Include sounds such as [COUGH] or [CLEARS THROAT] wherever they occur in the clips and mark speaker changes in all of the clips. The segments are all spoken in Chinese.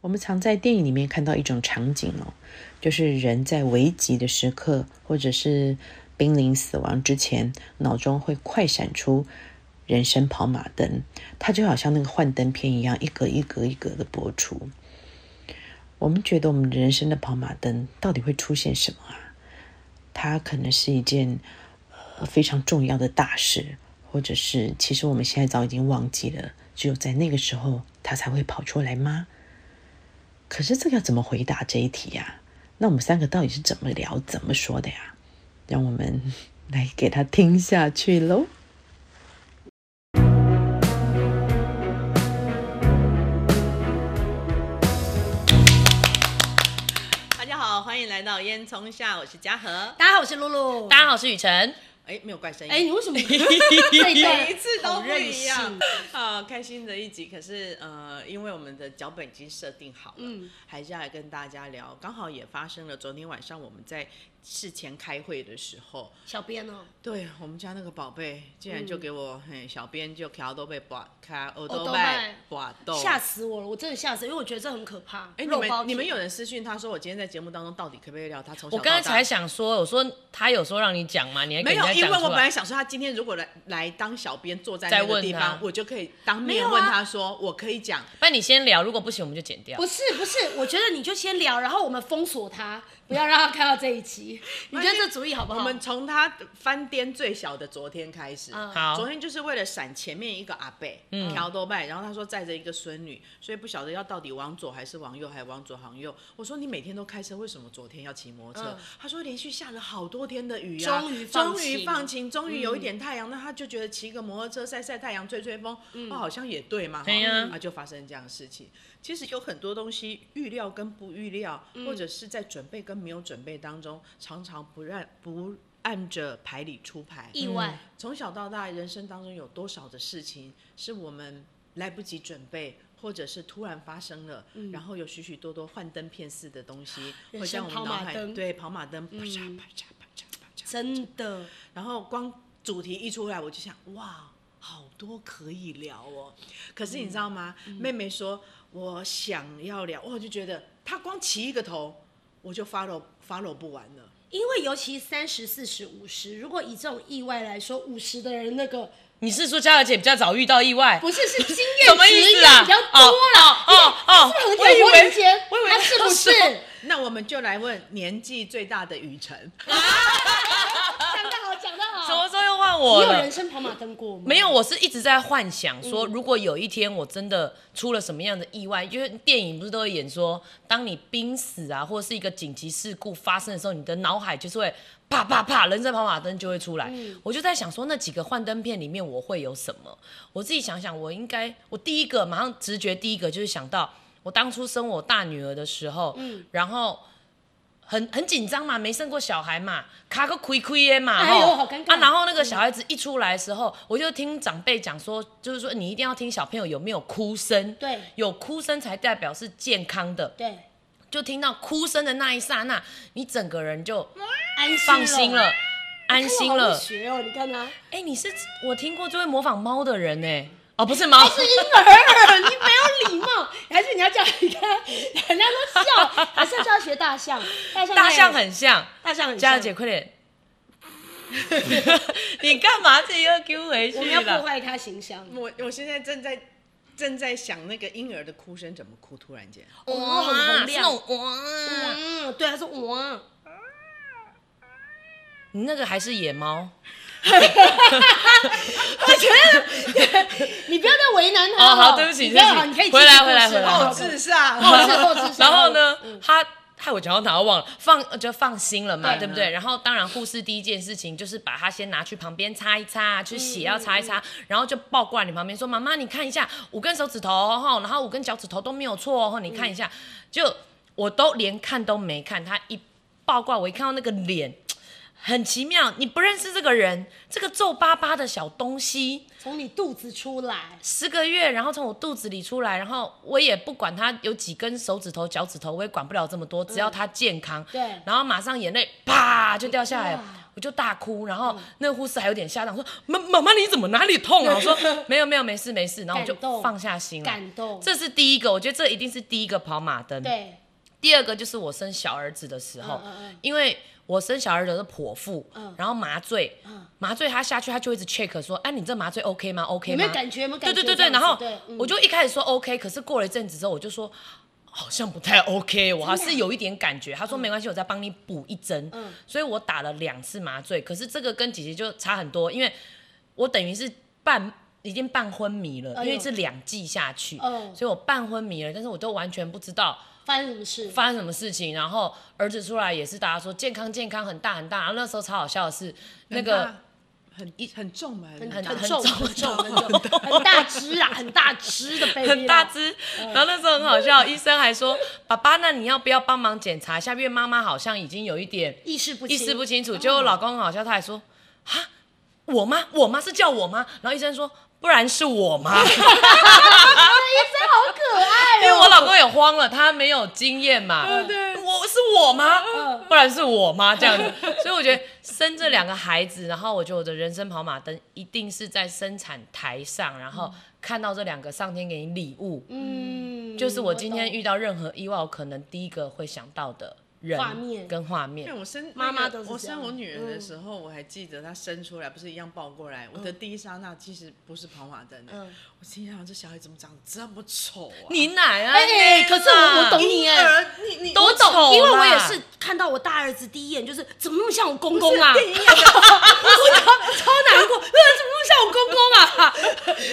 Speaker 1: 我们常在电影里面看到一种场景哦，就是人在危急的时刻，或者是濒临死亡之前，脑中会快闪出人生跑马灯，它就好像那个幻灯片一样，一格一格一格的播出。我们觉得我们人生的跑马灯到底会出现什么啊？它可能是一件呃非常重要的大事，或者是其实我们现在早已经忘记了，只有在那个时候它才会跑出来吗？可是这个要怎么回答这一题呀、那我们三个到底是怎么聊、怎么说的呀？让我们来给他听下去喽。
Speaker 2: 大家好，欢迎来到烟囱下，我是嘉禾。
Speaker 3: 大家好，我是露露。
Speaker 4: 大家好，我是雨辰。
Speaker 2: 哎，没有怪声音，
Speaker 3: 哎、你为
Speaker 4: [LAUGHS]
Speaker 3: 什么这一段
Speaker 2: 每一次都
Speaker 3: 好
Speaker 2: 不
Speaker 3: 任
Speaker 2: 一样
Speaker 4: 啊
Speaker 3: 性。
Speaker 2: 好开心的一集。可是呃，因为我们的脚本已经设定好了，
Speaker 3: 嗯
Speaker 2: 还是要来跟大家聊。刚好也发生了昨天晚上我们在事前开会的时候，嗯
Speaker 3: 小编哦，
Speaker 2: 对我们家那个宝贝竟然就给我、嘿，小编就条都被刮开，耳
Speaker 3: 都
Speaker 2: 朵被
Speaker 3: 卖
Speaker 2: 刮到。
Speaker 3: 吓死我了！我真的吓死，因为我觉得这很可怕。
Speaker 2: 哎，你
Speaker 3: 肉包
Speaker 2: 们你们
Speaker 3: 铁
Speaker 2: 有人私讯他说我今天在节目当中到底可不可以聊他从小
Speaker 4: 我刚才
Speaker 2: 到大
Speaker 4: 才想说，我说他有说让你讲吗？你还
Speaker 2: 没
Speaker 4: 给
Speaker 2: 有，
Speaker 4: 人
Speaker 2: 因
Speaker 4: 家讲
Speaker 2: 为我
Speaker 4: 出
Speaker 2: 本
Speaker 4: 来
Speaker 2: 来想说，他今天如果来来当小编，坐在
Speaker 4: 再
Speaker 2: 那个
Speaker 4: 问
Speaker 2: 地
Speaker 4: 他
Speaker 2: 方，我就可以当
Speaker 3: 没有
Speaker 2: 面
Speaker 3: 啊
Speaker 2: 问他说，我可以讲，
Speaker 4: 不然你先聊，如果不行我们就剪掉
Speaker 3: 不。是不是，我觉得你就先聊，然后我们封锁他，不要让他看到这一集。
Speaker 4: [LAUGHS]
Speaker 3: 你觉得这主意好不
Speaker 2: 我
Speaker 3: 好？
Speaker 4: 哎
Speaker 2: 们从他翻颠最小的昨天开始，
Speaker 3: 嗯
Speaker 4: 好
Speaker 2: 昨天就是为了闪前面一个阿贝，调多拜，然后他说载着一个孙女，所以不晓得要到底往左还是往右，还往左往右。我说你每天都开车，为什么昨天要骑摩托车？
Speaker 3: 嗯
Speaker 2: 他说连续下了好多天的雨啊，
Speaker 3: 终于放
Speaker 2: 终于
Speaker 3: 晴嗯
Speaker 2: 放晴，终于有一点太阳，那他就觉得骑个摩托车晒晒太阳、吹吹风，
Speaker 3: 嗯
Speaker 2: 哦，好像也对嘛，
Speaker 3: 哎
Speaker 4: 对呀
Speaker 2: 啊就发生这样的事情。其实有很多东西预料跟不预料，
Speaker 3: 嗯
Speaker 2: 或者是在准备跟没有准备当中，常常不让不按着牌理出牌。
Speaker 3: 意外，
Speaker 4: 嗯
Speaker 2: 从小到大，人生当中有多少的事情是我们来不及准备，或者是突然发生了，然后有许许多多幻灯片似的东西
Speaker 3: 嗯人
Speaker 2: 会在
Speaker 3: 生
Speaker 2: 我们脑
Speaker 3: 跑马
Speaker 2: 海
Speaker 3: 灯嗯
Speaker 2: 对跑马灯啪嚓啪嚓啪嚓啪嚓，
Speaker 3: 真的
Speaker 2: 然后光主题一出来，我就想哇，好多可以聊哦。可是你知道吗？
Speaker 3: 嗯
Speaker 2: 妹妹说我想要聊，我就觉得她光起一个头，我就 follow follow 不完了。
Speaker 3: 因为尤其三十、四十、五十，如果以这种意外来说，五十的人那个
Speaker 4: 你是说嘉儿姐比较早遇到意外？
Speaker 3: 不是是经
Speaker 4: [LAUGHS] 什
Speaker 3: 验
Speaker 4: 么意
Speaker 3: 值
Speaker 4: 思啊
Speaker 3: 也比较多啦。
Speaker 4: 哦哦哦
Speaker 3: 是不是
Speaker 4: 我
Speaker 3: 很
Speaker 4: 以
Speaker 3: 有
Speaker 4: 为
Speaker 3: 人间？
Speaker 4: 我以为
Speaker 3: 他是不是
Speaker 4: 他说
Speaker 2: 那我们就来问年纪最大的雨辰，
Speaker 3: 讲得好，讲得
Speaker 4: 什么
Speaker 3: 好。
Speaker 4: 时候又换
Speaker 3: 你
Speaker 4: 我
Speaker 3: 有
Speaker 4: 了
Speaker 3: 人？生跑马灯过吗？
Speaker 4: 没有，我是一直在幻想说，
Speaker 3: 嗯
Speaker 4: 如果有一天我真的出了什么样的意外，就是电影不是都会演说，当你濒死啊，或是一个紧急事故发生的时候，你的脑海就是会啪啪啪，人生跑马啊灯就会出来。
Speaker 3: 嗯
Speaker 4: 我就在想说，那几个幻灯片里面我会有什么？我自己想想，我应该，我第一个马上直觉第一个就是想到，我当初生我大女儿的时候，
Speaker 3: 嗯
Speaker 4: 然后。很很紧张嘛，没生过小孩嘛，卡个亏亏耶嘛，
Speaker 3: 哎呦
Speaker 4: 吼
Speaker 3: 好尴尬
Speaker 4: 啊，然后那个
Speaker 3: 嗯
Speaker 4: 小孩子一出来的时候，我就听长辈讲说，就是说你一定要听小朋友有没有哭声，
Speaker 3: 对
Speaker 4: 有哭声才代表是健康的。
Speaker 3: 对，
Speaker 4: 就听到哭声的那一刹那，你整个人就
Speaker 3: 安心
Speaker 4: 放心了，安
Speaker 3: 嗯
Speaker 4: 心
Speaker 3: 哎我好
Speaker 4: 了
Speaker 3: 会。学哦，你看他。
Speaker 4: 哎、你是我听过最会模仿猫的人呢、哦，不是猫，
Speaker 3: 哎是婴儿，你没有礼貌，还是你要叫人家，人家都笑，还是要叫他学大象？大象，
Speaker 4: 大象，很像。
Speaker 3: 大象很
Speaker 4: 佳
Speaker 3: 像。
Speaker 4: 儿姐，快点！ [LAUGHS] 你干嘛自己又 Q 回
Speaker 3: 我们
Speaker 4: 去
Speaker 3: 要破
Speaker 4: 了？
Speaker 3: 坏他形象。
Speaker 4: 嗯
Speaker 2: 我我现在正在正在想那个婴儿的哭声怎么哭，突然间，
Speaker 3: 哇，哦很洪
Speaker 4: 是那
Speaker 3: 亮。
Speaker 4: 种哇！
Speaker 3: 哇，嗯对，他说啊哇，
Speaker 4: 你那个还是野猫？
Speaker 3: 你不要再为难他了。
Speaker 4: 哦好对不起
Speaker 3: 你不要
Speaker 4: 对不起
Speaker 3: 你可以继续
Speaker 4: 回来
Speaker 3: 故事
Speaker 4: 回来回来
Speaker 3: 好
Speaker 2: 好
Speaker 3: 好
Speaker 2: 自杀。
Speaker 3: 好是后置
Speaker 4: 然后呢，
Speaker 3: 嗯
Speaker 4: 他害我讲到哪我忘了，放呃就放心了嘛，
Speaker 3: 对嗯
Speaker 4: 对不对？然后当然护士第一件事情就是把它先拿去旁边擦一擦，就是
Speaker 3: 嗯
Speaker 4: 血要擦一擦，然后就抱过来你旁边说：“妈妈，你看一下，五根手指头哈，然后五根脚趾头都没有错哦，你看
Speaker 3: 嗯
Speaker 4: 一下。就我都连看都没看，他一抱过来，我一看到那个脸。很奇妙，你不认识这个人，这个皱巴巴的小东西，
Speaker 3: 从你肚子出来，
Speaker 4: 十个月，然后从我肚子里出来，然后我也不管他有几根手指头、脚趾头，我也管不了这么多，只要他健康。
Speaker 3: 嗯对
Speaker 4: 然后马上眼泪啪就掉下来
Speaker 3: 哇嗯
Speaker 4: 了，我就大哭，然后那个护士还有点吓到，我说妈妈妈你怎么哪里痛啊？
Speaker 3: [LAUGHS]
Speaker 4: 我说没有没有没事没事，然后我就
Speaker 3: 感动
Speaker 4: 放下心了。
Speaker 3: 感动
Speaker 4: 啊这是第一个，我觉得这一定是第一个跑马灯。
Speaker 3: 对，
Speaker 4: 第二个就是我生小儿子的时候，
Speaker 3: 嗯嗯嗯
Speaker 4: 因为我生小儿子是剖腹，
Speaker 3: 嗯
Speaker 4: 然后麻醉，
Speaker 3: 嗯
Speaker 4: 麻醉他下去他就一直 check 说，哎、你这麻醉 OK 吗？OK 吗？
Speaker 3: 有没有感觉？有没有感觉？
Speaker 4: 对对对对，
Speaker 3: 这
Speaker 4: 然
Speaker 3: 样
Speaker 4: 后
Speaker 3: 子对，嗯
Speaker 4: 我就一开始说 OK，可是过了一阵子之后，我就说好像不太 OK，我还是有一点感觉。他说没关系，我再帮你补一针。
Speaker 3: 啊嗯
Speaker 4: 所以我打了两次麻醉，可是这个跟姐姐就差很多，因为我等于是半已经半昏迷了，
Speaker 3: 哎呦
Speaker 4: 因为是两剂下去，
Speaker 3: 嗯
Speaker 4: 所以我半昏迷了，但是我都完全不知道。
Speaker 3: 发生什么事？
Speaker 4: 发生什么事情，然后儿子出来也是大家说健康健康很大很大，然后那时候超好笑的是那个
Speaker 2: 很很重嘛，
Speaker 3: 很
Speaker 4: 很
Speaker 3: 很重
Speaker 4: 重
Speaker 3: 很重很重很大只啊，很大只的 baby，
Speaker 4: [LAUGHS] 很大
Speaker 3: 啦
Speaker 4: 只，
Speaker 3: 嗯
Speaker 4: 然后那时候很好笑，医生还说爸爸那你要不要帮忙检查一下，因为妈妈好像已经有一点
Speaker 3: 意识不
Speaker 4: 意
Speaker 3: 清嗯
Speaker 4: 识不清楚，结果我老公很好笑，他还说啊我妈我妈是叫我妈，然后医生说不然是我妈， [LAUGHS]
Speaker 3: 啊真好可爱
Speaker 4: 因为
Speaker 3: 哦。
Speaker 4: 我老公也慌了，他没有经验嘛，
Speaker 2: 对
Speaker 4: 我是我吗？
Speaker 3: 嗯
Speaker 4: 不然是我吗？这样子，所以我觉得生这两个孩子，然后我觉得我的人生跑马灯一定是在生产台上，然后看到这两个上天给你礼物，
Speaker 3: 嗯，
Speaker 4: 就是我今天
Speaker 3: 懂
Speaker 4: 遇到任何意外，我可能第一个会想到的人
Speaker 3: 画面
Speaker 4: 跟画面
Speaker 2: 因为。我生那
Speaker 3: 妈妈
Speaker 2: 个
Speaker 3: 都是
Speaker 2: 我
Speaker 3: 这样
Speaker 2: 生我女儿的
Speaker 3: 嗯
Speaker 2: 时候，我还记得她生出来不是一样抱过来，我的第一刹那其实不是跑马灯的，
Speaker 3: 嗯
Speaker 2: 我心想这小孩怎么长这么丑啊？
Speaker 4: 你奶啊！
Speaker 3: 哎可是我我懂你
Speaker 2: 婴
Speaker 3: 哎
Speaker 2: 儿，你你
Speaker 4: 都
Speaker 3: 我懂
Speaker 4: 丑
Speaker 3: 因为我
Speaker 4: 啦
Speaker 3: 也是看到我大儿子第一眼就是怎么那么像我公公啊，
Speaker 2: 不是
Speaker 3: 我超超难过，呃，怎么那么像我公公啊？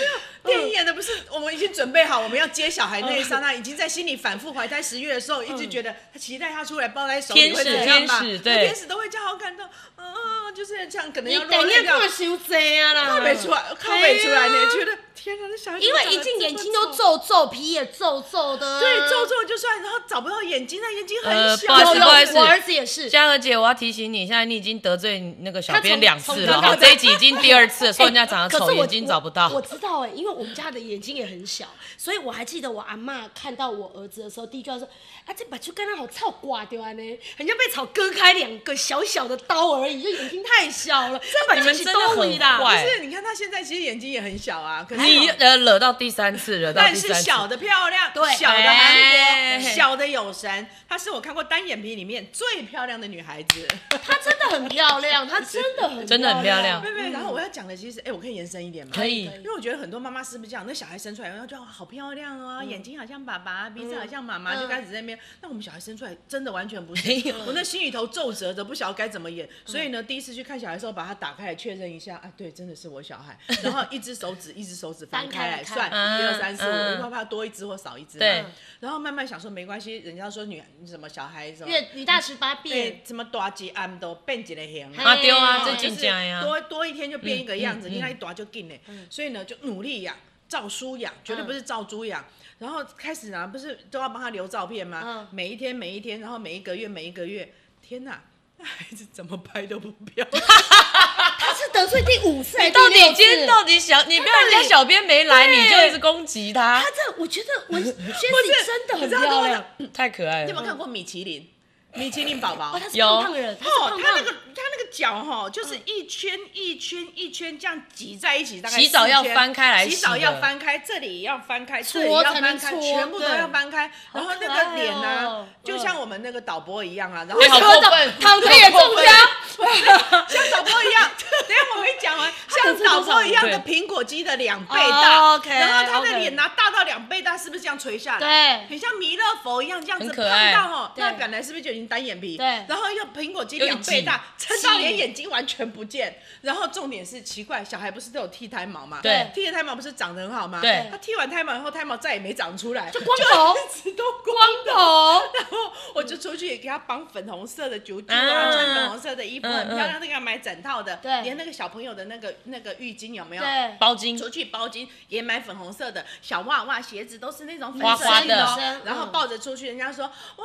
Speaker 2: 电影演的不是我们已经准备好我们要接小孩那一刹那，已经在心里反复怀胎十月的时候，一直觉得他期待他出来抱在手里
Speaker 4: 天使
Speaker 2: 会怎样吧？
Speaker 4: 天使
Speaker 2: 那
Speaker 4: 对
Speaker 2: 天使都会这样好感动，啊，就是这样，可能
Speaker 3: 你
Speaker 2: 要落
Speaker 3: 等一
Speaker 2: 泪
Speaker 3: 下
Speaker 2: 这
Speaker 3: 看
Speaker 2: 样
Speaker 3: 我，修贼啊啦，
Speaker 2: 靠北出来，靠北出来
Speaker 3: 哎
Speaker 2: 呢，
Speaker 3: 呀
Speaker 2: 觉得天啊哪，这小孩
Speaker 3: 因为一进眼睛都
Speaker 2: 皱，
Speaker 3: 皱皱，皮也皱皱的啊，
Speaker 2: 对，皱皱就算，然后找不到眼睛，他眼睛
Speaker 4: 呃
Speaker 2: 很小，
Speaker 3: 有
Speaker 4: 不好意思
Speaker 3: 有
Speaker 4: 不好意思
Speaker 3: 我儿子也是，
Speaker 4: 嘉禾姐，我要提醒你，现在你已经得罪那个小
Speaker 3: 他
Speaker 4: 编
Speaker 3: 从
Speaker 4: 两
Speaker 3: 从
Speaker 4: 次
Speaker 3: 刚
Speaker 4: 了，哈
Speaker 3: 刚
Speaker 4: 这一集已经第二次了，说人家长得
Speaker 3: 哎 [LAUGHS] 可是
Speaker 4: 丑，
Speaker 3: 我
Speaker 4: 眼睛找不到
Speaker 3: 我。我知道哎、因为我们家的眼睛也很小，所以我还记得我阿嬷看到我儿子的时候，第一句话说：“啊，这把就跟他好草刮掉啊呢，人家被草割开两个小小的刀而已，就眼睛太小
Speaker 4: [LAUGHS]
Speaker 3: 了，这把
Speaker 4: 你们真的很
Speaker 3: 啦。
Speaker 4: 坏
Speaker 2: 不是，你看他现在其实眼睛也很小啊，可是
Speaker 4: 你呃惹到第三次，惹到第三
Speaker 2: 但
Speaker 4: 次。
Speaker 2: 是小的漂亮，
Speaker 3: 对
Speaker 2: 小的韩
Speaker 4: 哎
Speaker 2: 国，小的有神，她是我看过单眼皮里面最漂亮的女孩子。
Speaker 3: 她真的很漂亮，她真的很
Speaker 4: 真的很漂
Speaker 3: 啊
Speaker 4: 亮
Speaker 2: 没有没有，
Speaker 3: 嗯
Speaker 2: 然后我要讲的其实，哎，我可以延伸一点吗？
Speaker 4: 可以
Speaker 2: 因为我觉得很多妈妈是不是这样？那小孩生出来，然后就哦好漂亮哦，眼睛好像爸爸，鼻子好像妈妈，
Speaker 3: 嗯
Speaker 2: 就开始在那边。那我们小孩生出来真的完全不是，我那心里头皱褶着，不晓得该怎么演。所以呢，第一次去看小孩的时候，把它打开来确认一下，啊，对，真的是我小孩。然后一只手指一只手指翻开来
Speaker 3: 翻开
Speaker 2: 算，一二三四五，
Speaker 4: 嗯
Speaker 2: 因为怕多一只或少一只嘛。
Speaker 4: 对
Speaker 2: 然后慢慢想说没关系，人家说女什么小孩什么
Speaker 3: 越女大十八变
Speaker 2: 变，什么大几暗都变几个形。
Speaker 3: 嘿
Speaker 4: 啊丢啊，
Speaker 3: 哦
Speaker 4: 这
Speaker 2: 就
Speaker 4: 真
Speaker 2: 是
Speaker 4: 假呀？
Speaker 2: 多多一天就变一个样
Speaker 4: 嗯
Speaker 2: 子，
Speaker 4: 嗯
Speaker 2: 你看一短就进嘞。
Speaker 3: 嗯
Speaker 2: 所以呢，就努力养，照书养，绝对不是照猪养。然后开始呢，不是都要帮他留照片吗
Speaker 3: 嗯？
Speaker 2: 每一天，每一天，然后每一个月，每一个月，天哪！ [LAUGHS] 那孩子怎么拍都不漂亮，
Speaker 3: 她是得罪第五次还是
Speaker 4: 到
Speaker 3: 第
Speaker 4: 底
Speaker 3: 六
Speaker 4: 今天
Speaker 3: 次？
Speaker 4: 到底小你不要人家小编没来，你就一直攻击他
Speaker 3: 她，这我觉得
Speaker 4: [LAUGHS]
Speaker 3: 文 Jessie [LAUGHS] 真的很
Speaker 2: 你知道她跟
Speaker 3: 漂
Speaker 2: 我
Speaker 3: 亮
Speaker 2: 讲，
Speaker 4: 太可爱
Speaker 2: 你有没
Speaker 4: 了。
Speaker 2: 有看过米其林？米其林宝
Speaker 3: [LAUGHS]
Speaker 2: 宝
Speaker 3: 哦，她是
Speaker 4: 有
Speaker 3: 胖胖人，她是
Speaker 2: 哦，
Speaker 3: 胖
Speaker 2: 他那
Speaker 3: 胖嗯
Speaker 2: 个他那个脚哈，就是一圈一圈一圈这样挤在一起，大概
Speaker 4: 洗澡要
Speaker 2: 四圈
Speaker 4: 翻开来洗
Speaker 2: 洗
Speaker 4: 的
Speaker 2: 澡要翻开，这里也要翻开，
Speaker 3: 搓
Speaker 2: 这里也要
Speaker 3: 才
Speaker 2: 翻
Speaker 3: 能
Speaker 2: 开，
Speaker 3: 搓
Speaker 2: 全部都
Speaker 3: 对
Speaker 2: 要翻开。然后那
Speaker 3: 可爱
Speaker 2: 个脸
Speaker 3: 哦
Speaker 2: 呢，就像
Speaker 3: 嗯
Speaker 2: 我们那个导播一样啊，然后
Speaker 4: 哎好过分
Speaker 3: 躺躺着也中枪。
Speaker 2: 像导播一样，等一下我没
Speaker 3: [LAUGHS]
Speaker 2: 讲完，
Speaker 3: 得
Speaker 2: 像
Speaker 3: 罪
Speaker 2: 导
Speaker 3: 多少
Speaker 2: 播一样
Speaker 4: 人
Speaker 2: 的苹果肌的两倍
Speaker 3: 哦
Speaker 2: 大
Speaker 3: ，OK，
Speaker 2: 然后他
Speaker 3: OK
Speaker 2: 的脸拿大到两倍大，是不是这样垂下来？
Speaker 3: 对
Speaker 2: 很像弥勒佛一样这样子
Speaker 4: 很
Speaker 2: 胖
Speaker 4: 可爱
Speaker 2: 到哦，那
Speaker 3: 对
Speaker 2: 本来是不是就已经单眼皮？
Speaker 3: 对
Speaker 2: 然后又苹果肌
Speaker 4: 又一
Speaker 2: 两倍大，
Speaker 3: 挤
Speaker 2: 撑到连
Speaker 3: 挤
Speaker 2: 眼睛完全不见。然后重点是奇怪，小孩不是都有剃胎毛吗？
Speaker 4: 对
Speaker 2: 剃了胎毛不是长得很好吗？
Speaker 4: 对
Speaker 2: 他剃完胎毛以后，胎毛再也没长出来，
Speaker 3: 就光头，
Speaker 2: 就都光
Speaker 3: 光头，
Speaker 2: 然后我就出去也给他绑粉红色的啾啾啊，
Speaker 4: 啊
Speaker 2: 穿粉红色的衣服，
Speaker 4: 嗯
Speaker 2: 很漂
Speaker 4: 嗯
Speaker 2: 亮，那个还买整套的，
Speaker 3: 嗯对
Speaker 2: 连那个小朋友的那个那个浴巾有没有？
Speaker 3: 对，
Speaker 4: 包巾
Speaker 2: 出去包巾也买粉红色的小袜袜、鞋子都是那种粉
Speaker 4: 花
Speaker 2: 色
Speaker 4: 花
Speaker 2: 的
Speaker 4: 的
Speaker 2: 哦，
Speaker 3: 嗯
Speaker 2: [LAUGHS] 然后抱着出去，人家说哇，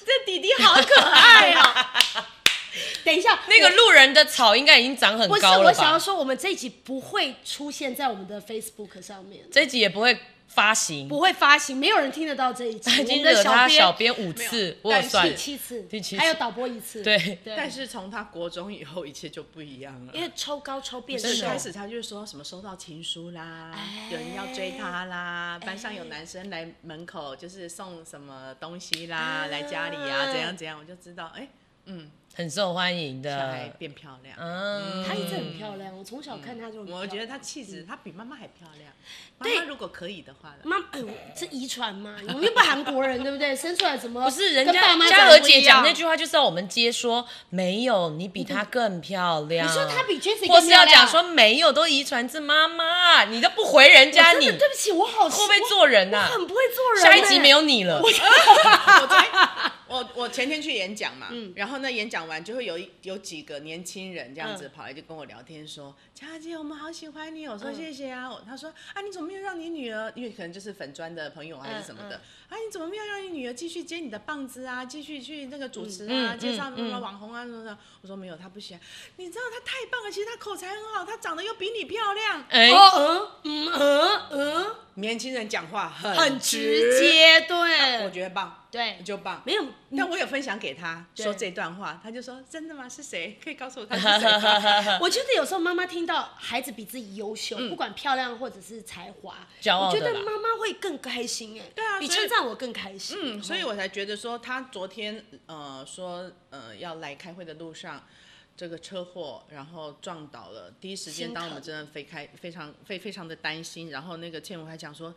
Speaker 2: 这弟弟好可爱哦，
Speaker 3: 等一下，
Speaker 4: 那个路人的草应该已经长很
Speaker 3: 不是
Speaker 4: 高
Speaker 3: 我
Speaker 4: 了
Speaker 3: 想要
Speaker 4: 吧？
Speaker 3: 说，我们这一集不会出现在我们的 Facebook 上面。
Speaker 4: 这一集也不会发行，
Speaker 3: 不会发行，没有人听得到这一
Speaker 4: [LAUGHS]
Speaker 3: 集。
Speaker 4: 他已
Speaker 3: 我
Speaker 4: 经
Speaker 3: 们
Speaker 4: 惹
Speaker 3: 的
Speaker 4: 他小
Speaker 3: 小
Speaker 4: 编五次，我
Speaker 2: 但
Speaker 4: 有
Speaker 2: 是
Speaker 4: 算
Speaker 3: 第，七次，
Speaker 4: 第七次
Speaker 3: 还有导播一次。
Speaker 4: 对
Speaker 3: 对，
Speaker 2: [LAUGHS] 但是从他国中以后，一切就不一样了。
Speaker 3: 因为抽高抽变
Speaker 4: 真
Speaker 2: 一
Speaker 4: 的哦
Speaker 3: 瘦
Speaker 2: 开，始他就说什么收到情书啦，
Speaker 3: 哎
Speaker 2: 有人要追他啦，班上有男生来门口就是送什么东西啦，
Speaker 3: 啊
Speaker 2: 来家里啊，怎样怎样，我就知道，哎、嗯，
Speaker 4: 很受欢迎
Speaker 2: 小孩
Speaker 4: 的，
Speaker 2: 变漂亮。
Speaker 4: 呃嗯，
Speaker 3: 她一直很漂亮，我从小看她就很漂亮。
Speaker 2: 我觉得她气质，她比妈妈还漂亮。妈
Speaker 3: 对
Speaker 2: 妈如果可以的话
Speaker 4: [LAUGHS]
Speaker 2: 呢，
Speaker 3: 妈，哎呦，这遗传嘛，我们又不是韩国人，对不对？ [LAUGHS] 生出来怎么
Speaker 4: 不是人
Speaker 3: 跟爸
Speaker 4: 家
Speaker 3: 妈
Speaker 4: 嘉
Speaker 3: 长
Speaker 4: 禾
Speaker 3: 得不
Speaker 4: 姐
Speaker 3: 一样
Speaker 4: 讲那，句话，就是要我们接说没有，你比她更漂亮。
Speaker 3: 你说她比 Jessica
Speaker 4: 或是
Speaker 3: 漂
Speaker 4: 要
Speaker 3: 亮
Speaker 4: 讲说没有，都遗传自妈妈，你都不回人家，
Speaker 3: 我
Speaker 4: 你
Speaker 3: 真的对不起，我好
Speaker 4: 会不会做人
Speaker 3: 我
Speaker 4: 呐、
Speaker 3: 很不会做人。欸哦
Speaker 4: 下一集没有你了，
Speaker 2: 我昨天我我前天去演讲嘛，
Speaker 4: 嗯
Speaker 2: 然后呢，演讲完就会有一有几个年轻人这
Speaker 4: 嗯
Speaker 2: 样子跑来就跟我聊天说：“佳、姐，我们好喜欢你。”我
Speaker 4: 嗯
Speaker 2: 说：“谢谢啊。我他说：“啊，你怎么没有让你女儿？因为可能就是粉砖的朋友还是什么
Speaker 4: 嗯
Speaker 2: 的。啊，你怎么没有让你女儿继续接你的棒子啊？继续去那个主持啊，
Speaker 4: 嗯嗯
Speaker 2: 介绍什么
Speaker 4: 嗯
Speaker 2: 网红啊什么的？”我说：“没有，她不喜欢。你知道她太棒了，其实她口才很好，她长得又比你漂亮。
Speaker 4: 哎、
Speaker 3: 哦，嗯嗯嗯
Speaker 2: 年轻人讲话很
Speaker 3: 嗯，很直，接，对，
Speaker 2: 我觉得棒，
Speaker 3: 对，
Speaker 2: 就棒。
Speaker 3: 没有。
Speaker 2: 但我有分享给他
Speaker 3: 对
Speaker 2: 说这段话，他就说：“真的吗？是谁？可以告诉我他是谁
Speaker 3: [LAUGHS]
Speaker 2: [LAUGHS] 吗
Speaker 3: 我觉得有时候妈妈听到孩子比自己优秀，不管漂亮或者是才华，
Speaker 4: 骄傲
Speaker 3: 我
Speaker 4: 的
Speaker 3: 觉
Speaker 4: 啦
Speaker 3: 得妈妈会更开心哎，
Speaker 2: 对啊
Speaker 3: 比
Speaker 2: 所以
Speaker 3: 称赞我更开心。？”
Speaker 2: 嗯，所以我才觉得说，他昨天呃说呃要来开会的路上，这个车祸然后撞倒了，第一时间
Speaker 3: 心
Speaker 2: 当
Speaker 3: 疼
Speaker 2: 我们真的非开非常非非常的担心，然后那个倩文还讲说。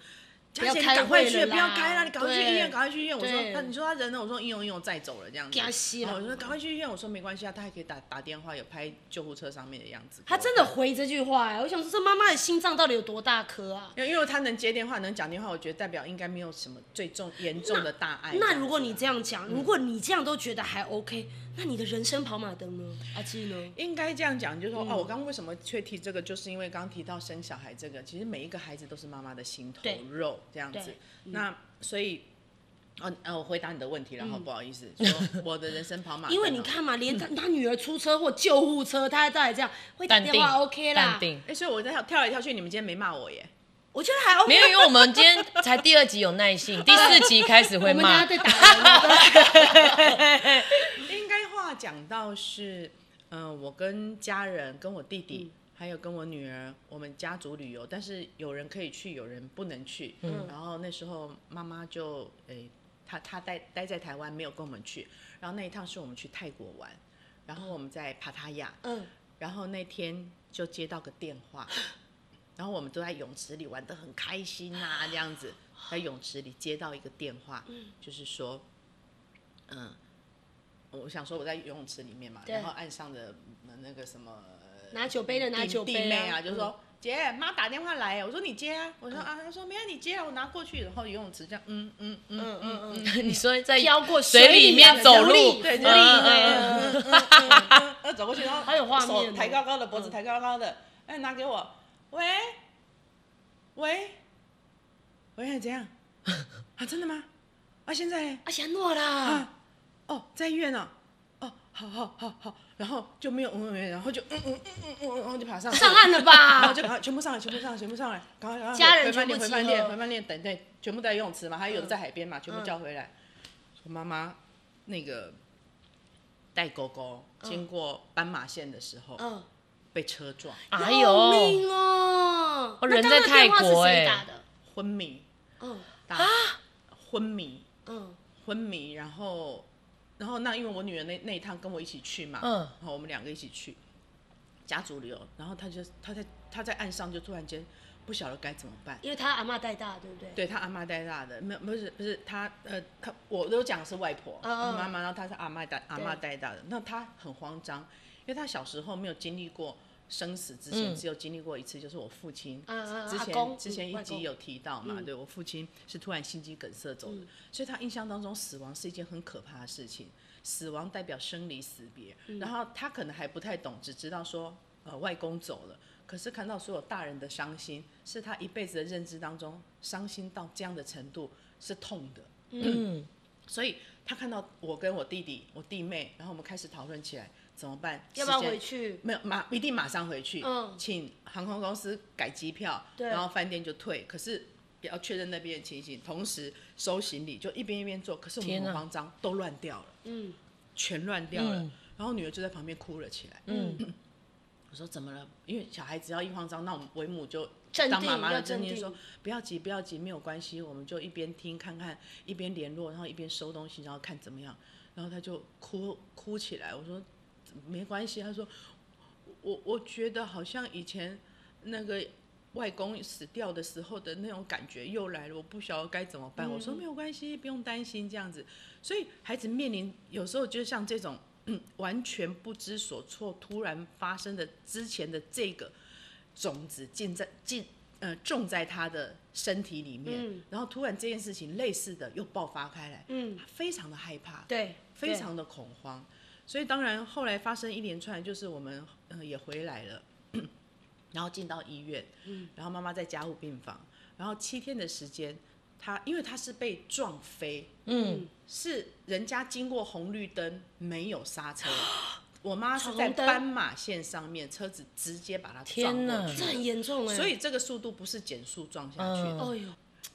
Speaker 3: 不要
Speaker 2: 佳姐
Speaker 3: 开
Speaker 2: 你赶快
Speaker 3: 会
Speaker 2: 去，
Speaker 3: 了
Speaker 2: 不要开
Speaker 3: 啦
Speaker 2: 了，你赶快去
Speaker 3: 对
Speaker 2: 医院，赶快去医院。我说
Speaker 3: 对，
Speaker 2: 那你说他人呢？我说应用应用再走了这样子。
Speaker 3: 怕死
Speaker 2: 然后
Speaker 3: 了
Speaker 2: 我说赶快去医院，我说没关系啊，他还可以打打电话，有拍救护车上面的样子。
Speaker 3: 他真的回这句话哎，我想说这妈妈的心脏到底有多大颗啊？
Speaker 2: 因为因为他能接电话，能讲电话，我觉得代表应该没有什么最重严重的大碍。
Speaker 3: 那如果你这
Speaker 2: 样
Speaker 3: 样讲，如果你这样都觉得还 OK，那你的人生跑马灯呢？阿纪呢？
Speaker 2: 子，应该这样讲，就是
Speaker 3: 嗯
Speaker 2: 说、哦，我刚刚为什么却提这个，就是因为刚刚提到生小孩这个，其实每一个孩子都是妈妈的心头
Speaker 3: 对
Speaker 2: 肉这样子
Speaker 3: 对。
Speaker 2: 那所以，哦呃，我回答你的问题了哈，然后不好意思，说我的人生跑马灯哦，
Speaker 3: 嗯 [LAUGHS] 因为你看嘛，连他他女儿出车祸救护车，他还到底这样会打
Speaker 4: 淡
Speaker 3: 电
Speaker 4: 定
Speaker 3: 话 OK 啦
Speaker 4: 淡，定。
Speaker 2: 哎、所以我在跳跳来跳去，你们今天没骂我耶。
Speaker 3: 我觉得还 OK。啊
Speaker 4: 没有，因为我们今天才第二集有耐性，第四集开始
Speaker 3: 我
Speaker 4: 会
Speaker 3: 们家
Speaker 4: 骂。
Speaker 3: 在打人，
Speaker 2: 应该话讲到是，嗯、我跟家人、跟我弟弟，还有跟我女儿，我们家族旅游，但是有人可以去，有人不能去。嗯，然后那时候妈妈就诶、她她待待在台湾，没有跟我们去。然后那一趟是我们去泰国玩，然后我们在帕塔亚，
Speaker 3: 嗯，
Speaker 2: 然后那天就接到个电话， [GASPS] 然后我们都在泳池里玩得很开心啊，这样子在泳池里接到一个电话，就是说，嗯，我想说我在游泳池里面嘛，
Speaker 3: 对
Speaker 2: 然后岸上的嗯那个什么
Speaker 3: 拿酒杯的拿
Speaker 2: 弟
Speaker 3: 酒
Speaker 2: 弟
Speaker 3: 杯嗯
Speaker 2: 妹啊，就
Speaker 3: 就
Speaker 2: 说。姐，妈打电话来，我说你接啊，我说啊，她说没有你接啊，我拿过去，然后游泳池这样，嗯嗯嗯
Speaker 3: 嗯嗯嗯，
Speaker 4: [LAUGHS] 你说在
Speaker 3: 飘过
Speaker 4: 水
Speaker 3: 里
Speaker 4: 里面
Speaker 3: 啊
Speaker 4: 走
Speaker 3: 浮力
Speaker 4: 路，
Speaker 2: 对，
Speaker 3: 浮
Speaker 2: 就
Speaker 3: 力
Speaker 2: 是
Speaker 4: 嗯
Speaker 3: 对
Speaker 2: 嗯嗯嗯嗯嗯，走过去，然后
Speaker 3: 好有画面哦
Speaker 2: 手抬高高的，脖子抬高高的，哎，拿给我，喂，喂，喂，怎样？啊，真的吗？啊，现在嘞
Speaker 3: 阿霞哎诺啦，
Speaker 2: 啊，哦，在医院呢，哦，好好好好，然后就没有嗯嗯，嗯然后就嗯嗯嗯嗯嗯，然后就爬上去
Speaker 3: 上岸了
Speaker 2: 然后
Speaker 3: 吧？
Speaker 2: [LAUGHS] 就赶快全部上来，全部上来，全部上来，赶快赶快
Speaker 3: 家人
Speaker 2: 回饭
Speaker 3: 全
Speaker 2: 店，
Speaker 3: 部
Speaker 2: 回
Speaker 3: 集
Speaker 2: 饭店，
Speaker 3: 合嗯
Speaker 2: 回饭店，等对，全部在游泳池嘛，还有的在海边嘛，全部叫回来。说妈妈，那个带狗狗经过斑马线的时候
Speaker 3: 嗯，
Speaker 2: 被车撞，
Speaker 4: 哎
Speaker 3: 救
Speaker 4: 呦，
Speaker 3: 命哦！
Speaker 4: 我人
Speaker 3: 那刚
Speaker 4: 在
Speaker 3: 刚电
Speaker 4: 泰
Speaker 3: 话是
Speaker 4: 国
Speaker 3: 谁
Speaker 4: 哎
Speaker 3: 打的？
Speaker 2: 昏迷
Speaker 3: 嗯
Speaker 2: 啊，昏迷
Speaker 3: 嗯，
Speaker 2: 昏迷，然后然后那因为我女儿那那一趟跟我一起去嘛，
Speaker 4: 嗯
Speaker 2: 然后我们两个一起去家族旅游，然后她就她在她在岸上就突然间不晓得该怎么办。
Speaker 3: 因为他阿嬷带大，对不对？
Speaker 2: 对他阿妈带大的，没有不是不是他呃他我都讲是外婆
Speaker 3: 嗯嗯
Speaker 2: 妈妈，然后他是阿妈带阿妈
Speaker 3: 对
Speaker 2: 带大的，那他很慌张，因为他小时候没有经历过生死之前，
Speaker 4: 嗯
Speaker 2: 只有经历过一次，就是我父亲
Speaker 3: 嗯嗯
Speaker 2: 之
Speaker 3: 阿
Speaker 2: 前
Speaker 3: 公
Speaker 2: 之前
Speaker 3: 嗯
Speaker 2: 一
Speaker 3: 外
Speaker 2: 集
Speaker 3: 公
Speaker 2: 有提到嘛，对我父亲是突然心肌梗塞走的，所以他印象当中死亡是一件很可怕的事情，死亡代表生离死别，然后他可能还不太懂，只知道说呃外公走了。可是看到所有大人的伤心，是他一辈子的认知当中，伤心到这样的程度是痛的。
Speaker 4: 嗯，
Speaker 2: 所以他看到我跟我弟弟、我弟妹，然后我们开始讨论起来怎么办，
Speaker 3: 要不要
Speaker 2: 时间
Speaker 3: 回？去？
Speaker 2: 没有马，一定马上回去。
Speaker 3: 嗯
Speaker 2: 请航空公司改机票，
Speaker 3: 对
Speaker 2: 然后饭店就退。可是比较确认那边的情形，同时收行李，就一边一边做。可是我们
Speaker 4: 天
Speaker 2: 很
Speaker 4: 啊
Speaker 2: 慌张，都乱掉了，
Speaker 3: 嗯，
Speaker 2: 全乱掉了。
Speaker 4: 嗯
Speaker 2: 然后女儿就在旁边哭了起来。
Speaker 4: 嗯，
Speaker 2: [CLEARS THROAT] 我说怎么了？因为小孩只要一慌张，那我们为母就
Speaker 3: 镇定
Speaker 2: 当妈妈
Speaker 3: 要
Speaker 2: 的
Speaker 3: 镇
Speaker 2: 镇
Speaker 3: 定
Speaker 2: 定说不要急，不要急，没有关系，我们就一边听看看，一边联络，然后一边收东西，然后看怎么样。然后他就哭哭起来，我说没关系，他说我我觉得好像以前那个外公死掉的时候的那种感觉又来了，我不晓得该怎么
Speaker 3: 嗯
Speaker 2: 办。我说没有关系，不用担心这样子。所以孩子面临有时候就像这种 [CLEARS THROAT] 完全不知所措、突然发生的之前的这个种子进在进呃种在他的身体里面，
Speaker 3: 嗯
Speaker 2: 然后突然这件事情类似的又爆发开来，
Speaker 3: 嗯
Speaker 2: 他非常的害怕，
Speaker 3: 对，
Speaker 2: 非常的恐慌。所以当然后来发生一连串，就是我们呃也回来了， [CLEARS THROAT] 然后进到医院，
Speaker 3: 嗯
Speaker 2: 然后妈妈在加护病房，然后七天的时间，她因为她是被撞飞，
Speaker 3: 嗯，
Speaker 2: 是人家经过红绿灯没有
Speaker 3: [GASPS]
Speaker 2: 刹车。我妈是
Speaker 3: 闯
Speaker 2: 在
Speaker 3: 红灯
Speaker 2: 斑马线上面，车子直接把她撞
Speaker 4: 天哪
Speaker 2: 过去
Speaker 3: 这，很严重哎、
Speaker 2: 所以这个速度不是减速撞下去的，
Speaker 4: 嗯
Speaker 3: 哎呦，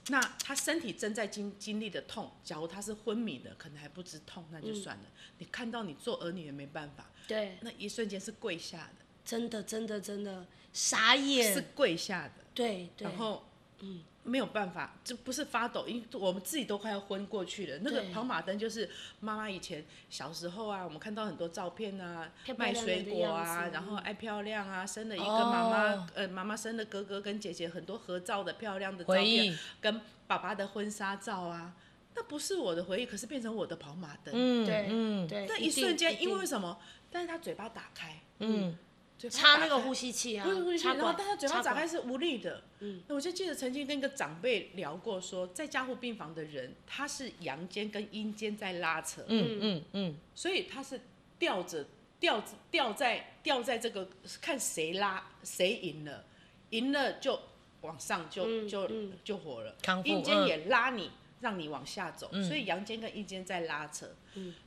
Speaker 2: 那他身体正在经经历的痛，假如他是昏迷的，可能还不知痛，那就算了。你看到你做儿女也没办法，
Speaker 3: 对，
Speaker 2: 那一瞬间是跪下的，
Speaker 3: 真的真的真的傻眼，
Speaker 2: 是跪下的，
Speaker 3: 对对，
Speaker 2: 然后嗯没有办法，这不是发抖，因为我们自己都快要昏过去了。那个
Speaker 3: 对
Speaker 2: 跑马灯就是妈妈以前小时候啊，我们看到很多照片啊，
Speaker 3: 漂漂
Speaker 2: 卖
Speaker 3: 亮亮
Speaker 2: 水
Speaker 3: 的
Speaker 2: 果
Speaker 3: 样
Speaker 2: 啊
Speaker 3: 子，
Speaker 2: 然后
Speaker 3: 嗯
Speaker 2: 爱漂亮啊，生了一个
Speaker 4: 哦
Speaker 2: 妈妈、呃妈妈生了哥哥跟姐姐很多合照的漂亮的照
Speaker 4: 回
Speaker 2: 片
Speaker 4: 忆，
Speaker 2: 跟爸爸的婚纱照啊。那不是我的回忆，可是变成我的跑马灯。
Speaker 4: 嗯，
Speaker 3: 对
Speaker 4: 嗯，
Speaker 3: 对，
Speaker 2: 那
Speaker 3: 一
Speaker 2: 一
Speaker 3: 定
Speaker 2: 瞬
Speaker 3: 一
Speaker 2: 间，
Speaker 3: 定
Speaker 2: 因为什么？但是他嘴巴打开，
Speaker 4: 嗯，
Speaker 2: 嘴巴
Speaker 3: 插
Speaker 2: 打
Speaker 3: 那个
Speaker 2: 开
Speaker 3: 呼吸器啊，
Speaker 2: 不是不是，
Speaker 3: 插
Speaker 2: 然后
Speaker 3: 管
Speaker 2: 但他嘴巴
Speaker 3: 插
Speaker 2: 打
Speaker 3: 管
Speaker 2: 开是无力的。嗯，那我就记得曾经跟一个长辈聊过说在加护病房的人，他是阳间跟阴间在拉扯，
Speaker 4: 嗯嗯嗯，
Speaker 2: 所以他是吊着吊着吊在吊在这个看谁拉谁赢了，赢了就往上就、
Speaker 3: 嗯
Speaker 2: 就、
Speaker 3: 嗯
Speaker 2: 就活了
Speaker 4: 康，复
Speaker 2: 阴间
Speaker 4: 嗯
Speaker 2: 也拉你。让你往下走，
Speaker 3: 嗯
Speaker 2: 所以阳间跟阴间在拉扯，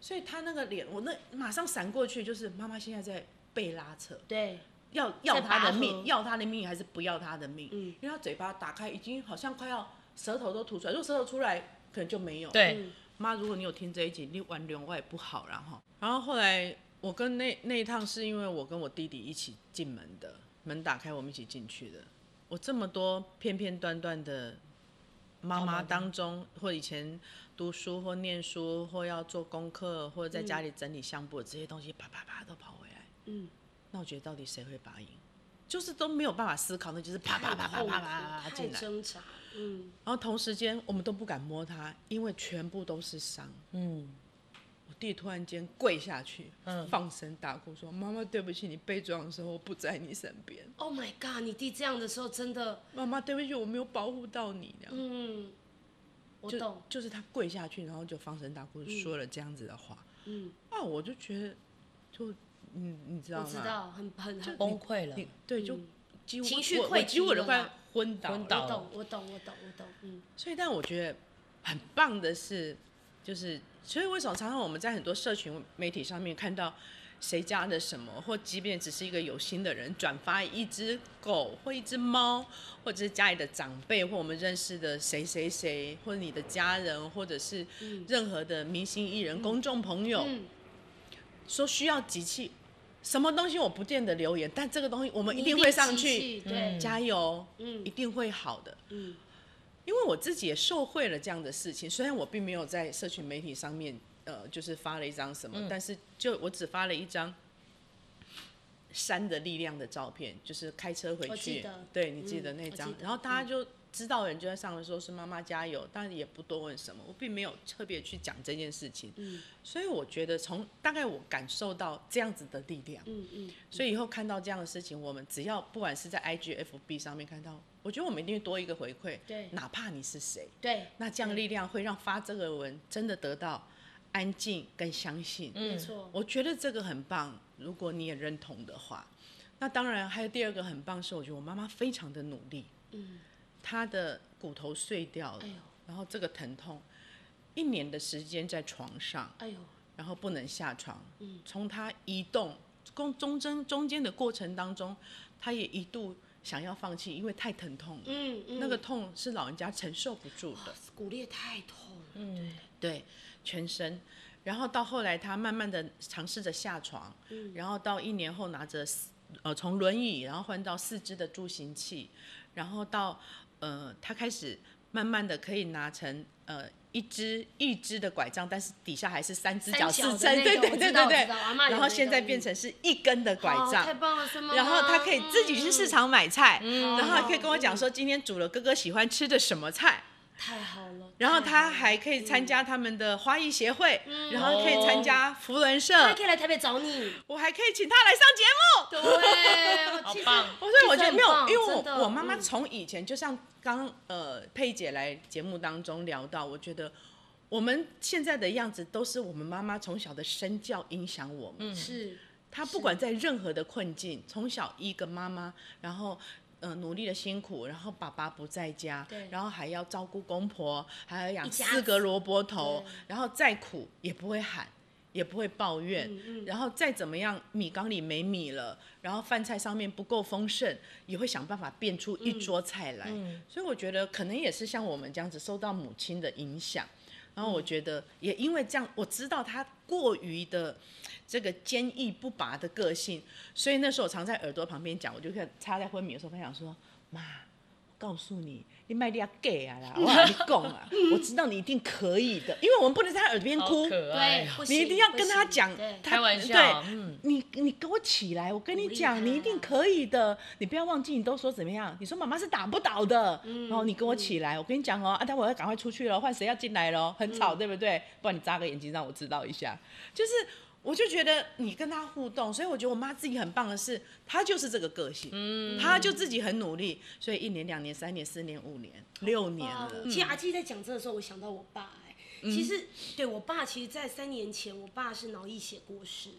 Speaker 2: 所以他那个脸，我那马上闪过去，就是妈妈现在在被拉扯，
Speaker 3: 对，
Speaker 2: 要要他的
Speaker 3: 拔河
Speaker 2: 命，要他的命还是不要他的命？
Speaker 3: 嗯
Speaker 2: 因为他嘴巴打开，已经好像快要舌头都吐出来，如果舌头出来，可能就没有。，
Speaker 3: 嗯
Speaker 4: 对，
Speaker 2: 妈，如果你有听这一集，你玩两外不好啦哈。然后后来我跟那那一趟是因为我跟我弟弟一起进门的，门打开我们一起进去的。我这么多片片段段的妈妈当中，或以前读书或念书或要做功课或者在家里整理相簿的这些东西，啪啪啪都跑回来。
Speaker 3: 嗯，
Speaker 2: 那我觉得到底谁会拔赢？就是都没有办法思考，那就是啪啪啪啪
Speaker 3: 太
Speaker 2: 啪啪
Speaker 3: 痛
Speaker 2: 啪啪
Speaker 3: 苦哦太
Speaker 2: 进来。
Speaker 3: 挣扎，嗯，
Speaker 2: 然后同时间我们都不敢摸它，因为全部都是伤。
Speaker 4: 嗯，
Speaker 2: 我弟突然间跪下去，
Speaker 3: 嗯
Speaker 2: 放声大哭说：“妈妈，对不起，你被撞的时候我不在你身边，
Speaker 3: Oh my god！你弟这样的时候，真的，
Speaker 2: 妈妈，对不起，我没有保护到你。”这样，
Speaker 3: 嗯，我
Speaker 2: 就
Speaker 3: 懂，
Speaker 2: 就是他跪下去，然后就放声大哭，说了这样子的话。
Speaker 3: 嗯，
Speaker 2: 啊，我就觉得，就你你知道
Speaker 3: 我
Speaker 2: 吗？
Speaker 3: 知道，很很很，
Speaker 4: 崩溃了
Speaker 2: 你，对，就几乎
Speaker 3: 情绪
Speaker 2: 我
Speaker 3: 溃
Speaker 2: 我几乎
Speaker 3: 堤
Speaker 2: 我都
Speaker 3: 了
Speaker 2: 快
Speaker 3: 啦
Speaker 2: 昏倒
Speaker 4: 昏
Speaker 2: 了
Speaker 4: 倒
Speaker 3: 我懂，我懂，我懂，我懂，嗯，
Speaker 2: 所以，但我觉得很棒的是，就是所以为什么常常我们在很多社群媒体上面看到谁家的什么，或即便只是一个有心的人转发一只狗或一只猫，或者是家里的长辈或我们认识的谁谁谁，或者你的家人，或者是任何的明星艺人、公众朋友，
Speaker 3: 嗯
Speaker 2: 说需要集气，什么东西我不见得留言，但这个东西我们
Speaker 3: 你
Speaker 2: 一
Speaker 3: 一
Speaker 2: 定会上
Speaker 3: 积
Speaker 2: 去
Speaker 3: 蓄，对，
Speaker 2: 加油，
Speaker 3: 嗯
Speaker 2: 一定会好的。
Speaker 3: 嗯，
Speaker 2: 因为我自己也受惠了这样的事情，虽然我并没有在社群媒体上面，呃，就是发了一张什么，但是就我只发了一张山的力量的照片，就是开车回
Speaker 3: 我记
Speaker 2: 去
Speaker 3: 得，
Speaker 2: 对你记
Speaker 3: 嗯
Speaker 2: 得那
Speaker 3: 我
Speaker 2: 张
Speaker 3: 记，得嗯
Speaker 2: 然后大家就知道的人就在上面说是妈妈加油，但也不多问什么，我并没有特别去讲这件事情，
Speaker 3: 嗯
Speaker 2: 所以我觉得从大概我感受到这样子的力量，
Speaker 3: 嗯嗯，
Speaker 2: 所以以后看到这样的事情，我们只要不管是在 IG、FB 上面看到，我觉得我们一定会多一个回馈，
Speaker 3: 对
Speaker 2: 哪怕你是谁，
Speaker 3: 对，
Speaker 2: 那这样力量会让发这个文真的得到安静跟相信。
Speaker 3: 没错，
Speaker 2: 我觉得这个很棒，如果你也认同的话，那当然还有第二个很棒是，我觉得我妈妈非常的努力，
Speaker 3: 嗯，
Speaker 2: 她的骨头碎掉了，
Speaker 3: 哎呦
Speaker 2: 然后这个疼痛，一年的时间在床上，
Speaker 3: 哎呦，
Speaker 2: 然后不能下床。从他移动中中间中间的过程当中，他也一度想要放弃，因为太疼痛了。
Speaker 3: 嗯嗯，
Speaker 2: 那个痛是老人家承受不住的，
Speaker 3: 骨裂太痛了，嗯，
Speaker 2: 对，全身。然后到后来，他慢慢的尝试着下床，
Speaker 3: 嗯
Speaker 2: 然后到一年后拿着四呃从轮椅，然后换到四肢的助行器，然后到呃他开始慢慢的可以拿成呃一只一只的拐杖，但是底下还是三只
Speaker 3: 三
Speaker 2: 脚支
Speaker 3: 角的
Speaker 2: 撑，
Speaker 3: 那
Speaker 2: 对
Speaker 3: 种
Speaker 2: 对
Speaker 3: 我
Speaker 2: 对
Speaker 3: 知道
Speaker 2: 对
Speaker 3: 我
Speaker 2: 对
Speaker 3: 知道我阿嬷。有
Speaker 2: 然
Speaker 3: 那
Speaker 2: 后现在
Speaker 3: 个
Speaker 2: 变
Speaker 3: 嗯
Speaker 2: 成是一根的拐
Speaker 3: 好
Speaker 2: 杖，
Speaker 3: 哦太棒了，孙妈妈。
Speaker 2: 然后他可以自己去市场买菜，
Speaker 3: 嗯
Speaker 2: 然后还可以跟我讲说今天煮了哥哥喜欢吃的什么菜，
Speaker 3: 嗯太好了。
Speaker 2: 然后
Speaker 3: 太好
Speaker 2: 他
Speaker 3: 了
Speaker 2: 还可以参加他们的花艺协会，
Speaker 3: 嗯
Speaker 2: 然后可以
Speaker 4: 哦
Speaker 2: 参加福人社，
Speaker 3: 他还可以来台北找你。
Speaker 2: 我还可以请他来上节目。
Speaker 3: 对，我
Speaker 4: 好
Speaker 3: 其实
Speaker 4: 棒
Speaker 2: 所以我觉得
Speaker 3: 其
Speaker 2: 没
Speaker 3: 实很棒
Speaker 2: 有，因为
Speaker 3: 真的
Speaker 2: 我我妈妈
Speaker 3: 嗯
Speaker 2: 从以前就像刚呃佩姐来节目当中聊到，我觉得我们现在的样子都是我们妈妈从小的身教影响我们。
Speaker 3: 是
Speaker 2: 他不管在任何的困境，从小一个妈妈，然后呃努力的辛苦，然后爸爸不在家
Speaker 3: 对，
Speaker 2: 然后还要照顾公婆，还要
Speaker 3: 一
Speaker 2: 养
Speaker 3: 家
Speaker 2: 四
Speaker 3: 子
Speaker 2: 个萝卜头
Speaker 3: 对，
Speaker 2: 然后再苦也不会喊。也不会抱怨，
Speaker 3: 嗯
Speaker 2: 然后再怎么样，米缸里没米了，然后饭菜上面不够丰盛，也会想办法变出
Speaker 3: 嗯
Speaker 2: 一桌菜来。所以我觉得可能也是像我们这样子受到母亲的影响，然后我
Speaker 3: 嗯
Speaker 2: 觉得也因为这样，我知道她过于的这个坚毅不拔的个性，所以那时候我常在耳朵旁边讲，我就看她在昏迷的时候，她想说：“妈，我告诉你，你卖力要
Speaker 4: [LAUGHS]
Speaker 2: gay 啊啦，我跟你讲啊，我知道你一定可以的，因为我们不能在她耳边
Speaker 4: 好
Speaker 2: 哭，
Speaker 4: 可爱
Speaker 3: 对
Speaker 4: 哦，，
Speaker 3: 不
Speaker 2: 你一
Speaker 3: 行
Speaker 2: 定要
Speaker 3: 不
Speaker 2: 跟她
Speaker 3: 行
Speaker 2: 讲，
Speaker 3: 对
Speaker 2: 她
Speaker 4: 开玩笑
Speaker 2: 对，
Speaker 4: 嗯，
Speaker 2: 你你给我起来！我跟你
Speaker 3: 鼓励他
Speaker 2: 讲，你一定可以的。你不要忘记，你都说怎么样？你说妈妈是打不倒的，
Speaker 3: 嗯
Speaker 2: 然后你给我起来！我跟你讲哦，啊，待会要赶快出去了，换谁要进来咯，
Speaker 3: 嗯
Speaker 2: 很吵，对不对？不然你眨个眼睛让我知道一下。就是，我就觉得你跟他互动，所以我觉得我妈自己很棒的是，她就是这个个性，嗯，她就自己很努力，所以一年、两年、三年、四年、五年、六年
Speaker 3: 哇
Speaker 2: 了，
Speaker 3: 啊其实阿基在讲这个时候，我想到我爸、哎，其实对我爸，其实，在三年前，我爸是脑溢血过世。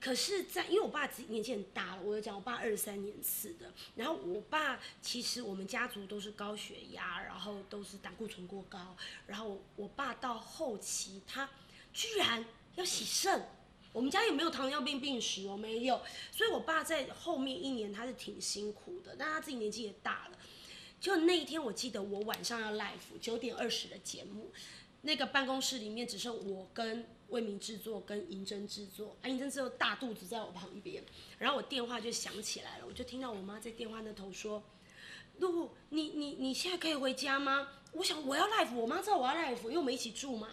Speaker 3: 可是在，因为我爸自己年纪很大了，我有讲我爸二十三年次的。然后我爸其实我们家族都是高血压，然后都是胆固醇过高。然后我我爸到后期，他居然要洗肾。我们家也没有糖尿病病史哦，没有，所以我爸在后面一年他是挺辛苦的，但他自己年纪也大了，就那一天，我记得我晚上要 live 九点二十的节目，那个办公室里面只剩我跟魏明制作跟银针制作，啊，银针制作大肚子在我旁边，然后我电话就响起来了，我就听到我妈在电话那头说：“露，你你你现在可以回家吗？”我想我要 live，我妈知道我要 live，因为我们一起住嘛，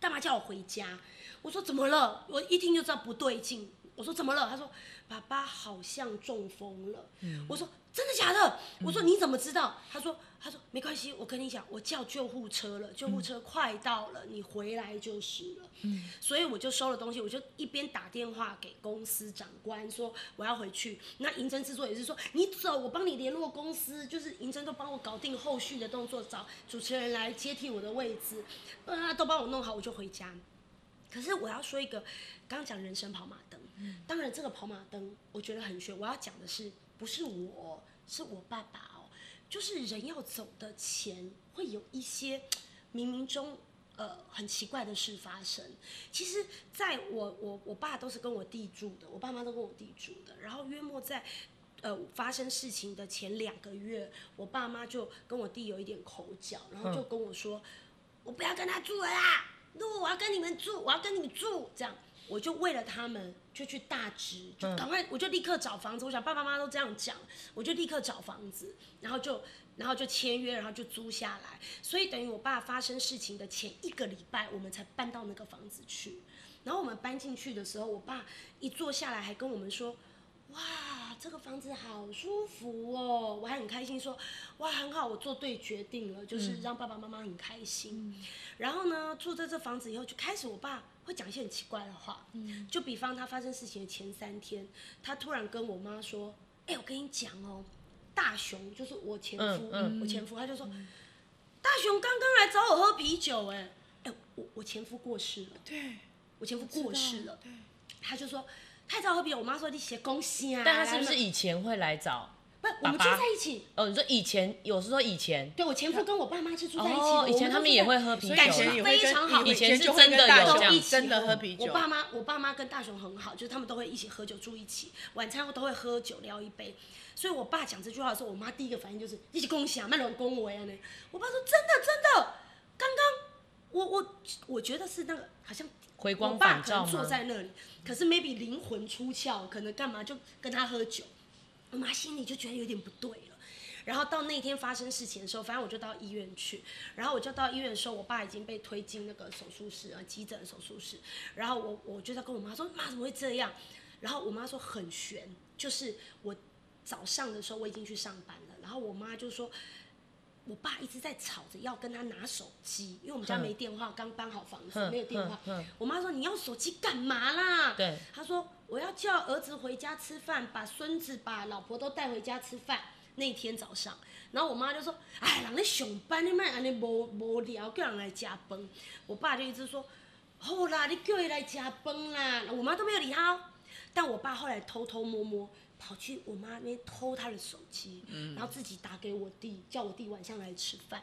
Speaker 3: 干嘛叫我回家？我说怎么了？我一听就知道不对劲。我说怎么了？他说爸爸好像中风了。我说真的假的？我说你怎么知道？他说他说没关系，我跟你讲，我叫救护车了，救护车快到了，你回来就是了。所以我就收了东西，我就一边打电话给公司长官说我要回去。那银针制作也是说你走，我帮你联络公司，就是银针都帮我搞定后续的动作，找主持人来接替我的位置，啊，都帮我弄好，我就回家。可是我要说一个，刚刚讲人生跑马灯，当然这个跑马灯我觉得很悬。我要讲的是，不是我，是我爸爸哦，就是人要走的前会有一些冥冥中呃很奇怪的事发生。其实，在我我我爸都是跟我弟住的，我爸妈都跟我弟住的，然后约莫在。呃，发生事情的前两个月，我爸妈就跟我弟有一点口角，然后就跟我说，我不要跟他住了啦，路我要跟你们住，我要跟你们住，这样我就为了他们就去大直，就赶快、我就立刻找房子，我想爸爸妈妈都这样讲，我就立刻找房子，然后就然后就签约，然后就租下来，所以等于我爸发生事情的前一个礼拜，我们才搬到那个房子去。然后我们搬进去的时候，我爸一坐下来还跟我们说：“哇，这个房子好舒服哦！”我还很开心说：“哇，很好，我做对决定了，
Speaker 4: 嗯
Speaker 3: 就是让爸爸妈妈很开心。然后呢，住在这房子以后，就开始我爸会讲一些很奇怪的话，
Speaker 4: 嗯
Speaker 3: 就比方他发生事情的前三天，他突然跟我妈说：“哎、我跟你讲哦，大雄就是我前夫，
Speaker 4: 嗯
Speaker 3: 我前夫，他就说。大雄刚刚来找我喝啤酒、哎，哎，我我前夫过世了，
Speaker 2: 对，
Speaker 3: 我前夫过世了，他就说他来找我喝啤酒，我妈说你写恭喜啊，
Speaker 4: 但他是不
Speaker 3: 来
Speaker 4: 是
Speaker 3: 嘛
Speaker 4: 以前会来找？
Speaker 3: 不，我们住
Speaker 4: 爸爸
Speaker 3: 在一起。
Speaker 4: 哦，你说以前，有时候以前，
Speaker 3: 对我前夫跟我爸妈是住在一起的，
Speaker 4: 哦
Speaker 3: 我们
Speaker 4: 以前他们也会喝啤酒啦
Speaker 2: 以
Speaker 3: 感
Speaker 2: 前
Speaker 3: 情
Speaker 2: 也会
Speaker 3: 非
Speaker 2: 跟
Speaker 3: 常好，
Speaker 4: 以前是
Speaker 2: 就会
Speaker 4: 真的
Speaker 2: 跟大
Speaker 4: 有
Speaker 2: 雄
Speaker 4: 这
Speaker 3: 都
Speaker 4: 样
Speaker 3: 一
Speaker 4: 子
Speaker 3: 起
Speaker 2: 真的喝啤酒。
Speaker 3: 我爸妈，我爸妈跟大雄很好，就是他们都会一起喝酒住一起，晚餐都会喝酒聊一杯。所以我爸讲这句话的时候，我妈第一个反应就是一起恭喜啊，卖老公我呀呢。我爸说真的真的，刚刚我我我觉得是那个好像
Speaker 4: 回
Speaker 3: 我
Speaker 4: 光
Speaker 3: 爸
Speaker 4: 返
Speaker 3: 可能
Speaker 4: 照
Speaker 3: 坐
Speaker 4: 吗？
Speaker 3: 在那里，可是 maybe 灵魂出窍，可能干嘛就跟他喝酒。我妈心里就觉得有点不对了。然后到那天发生事情的时候，反正我就到医院去，然后我就到医院的时候，我爸已经被推进那个手术室啊，急诊手术室。然后我我就在跟我妈说，妈怎么会这样？然后我妈说很悬，就是我早上的时候我已经去上班了，然后我妈就说。我爸一直在吵着要跟他拿手机，因为我们家
Speaker 4: 嗯
Speaker 3: 没电话，刚搬好房子
Speaker 4: 嗯
Speaker 3: 没有电话
Speaker 4: 嗯嗯。
Speaker 3: 我妈说你要手机干嘛啦？
Speaker 4: 对，
Speaker 3: 他说我要叫儿子回家吃饭，把孙子、把老婆都带回家吃饭。那天早上，然后我妈就说：“哎，人咧上班，你莫安尼无无聊，叫人来加班。”我爸就一直说：“好啦，你叫伊来加班啦。”我妈都没有理他哦。但我爸后来偷偷摸摸跑去我妈那边偷她的手机，然后自己打给我弟，叫我弟晚上来吃饭。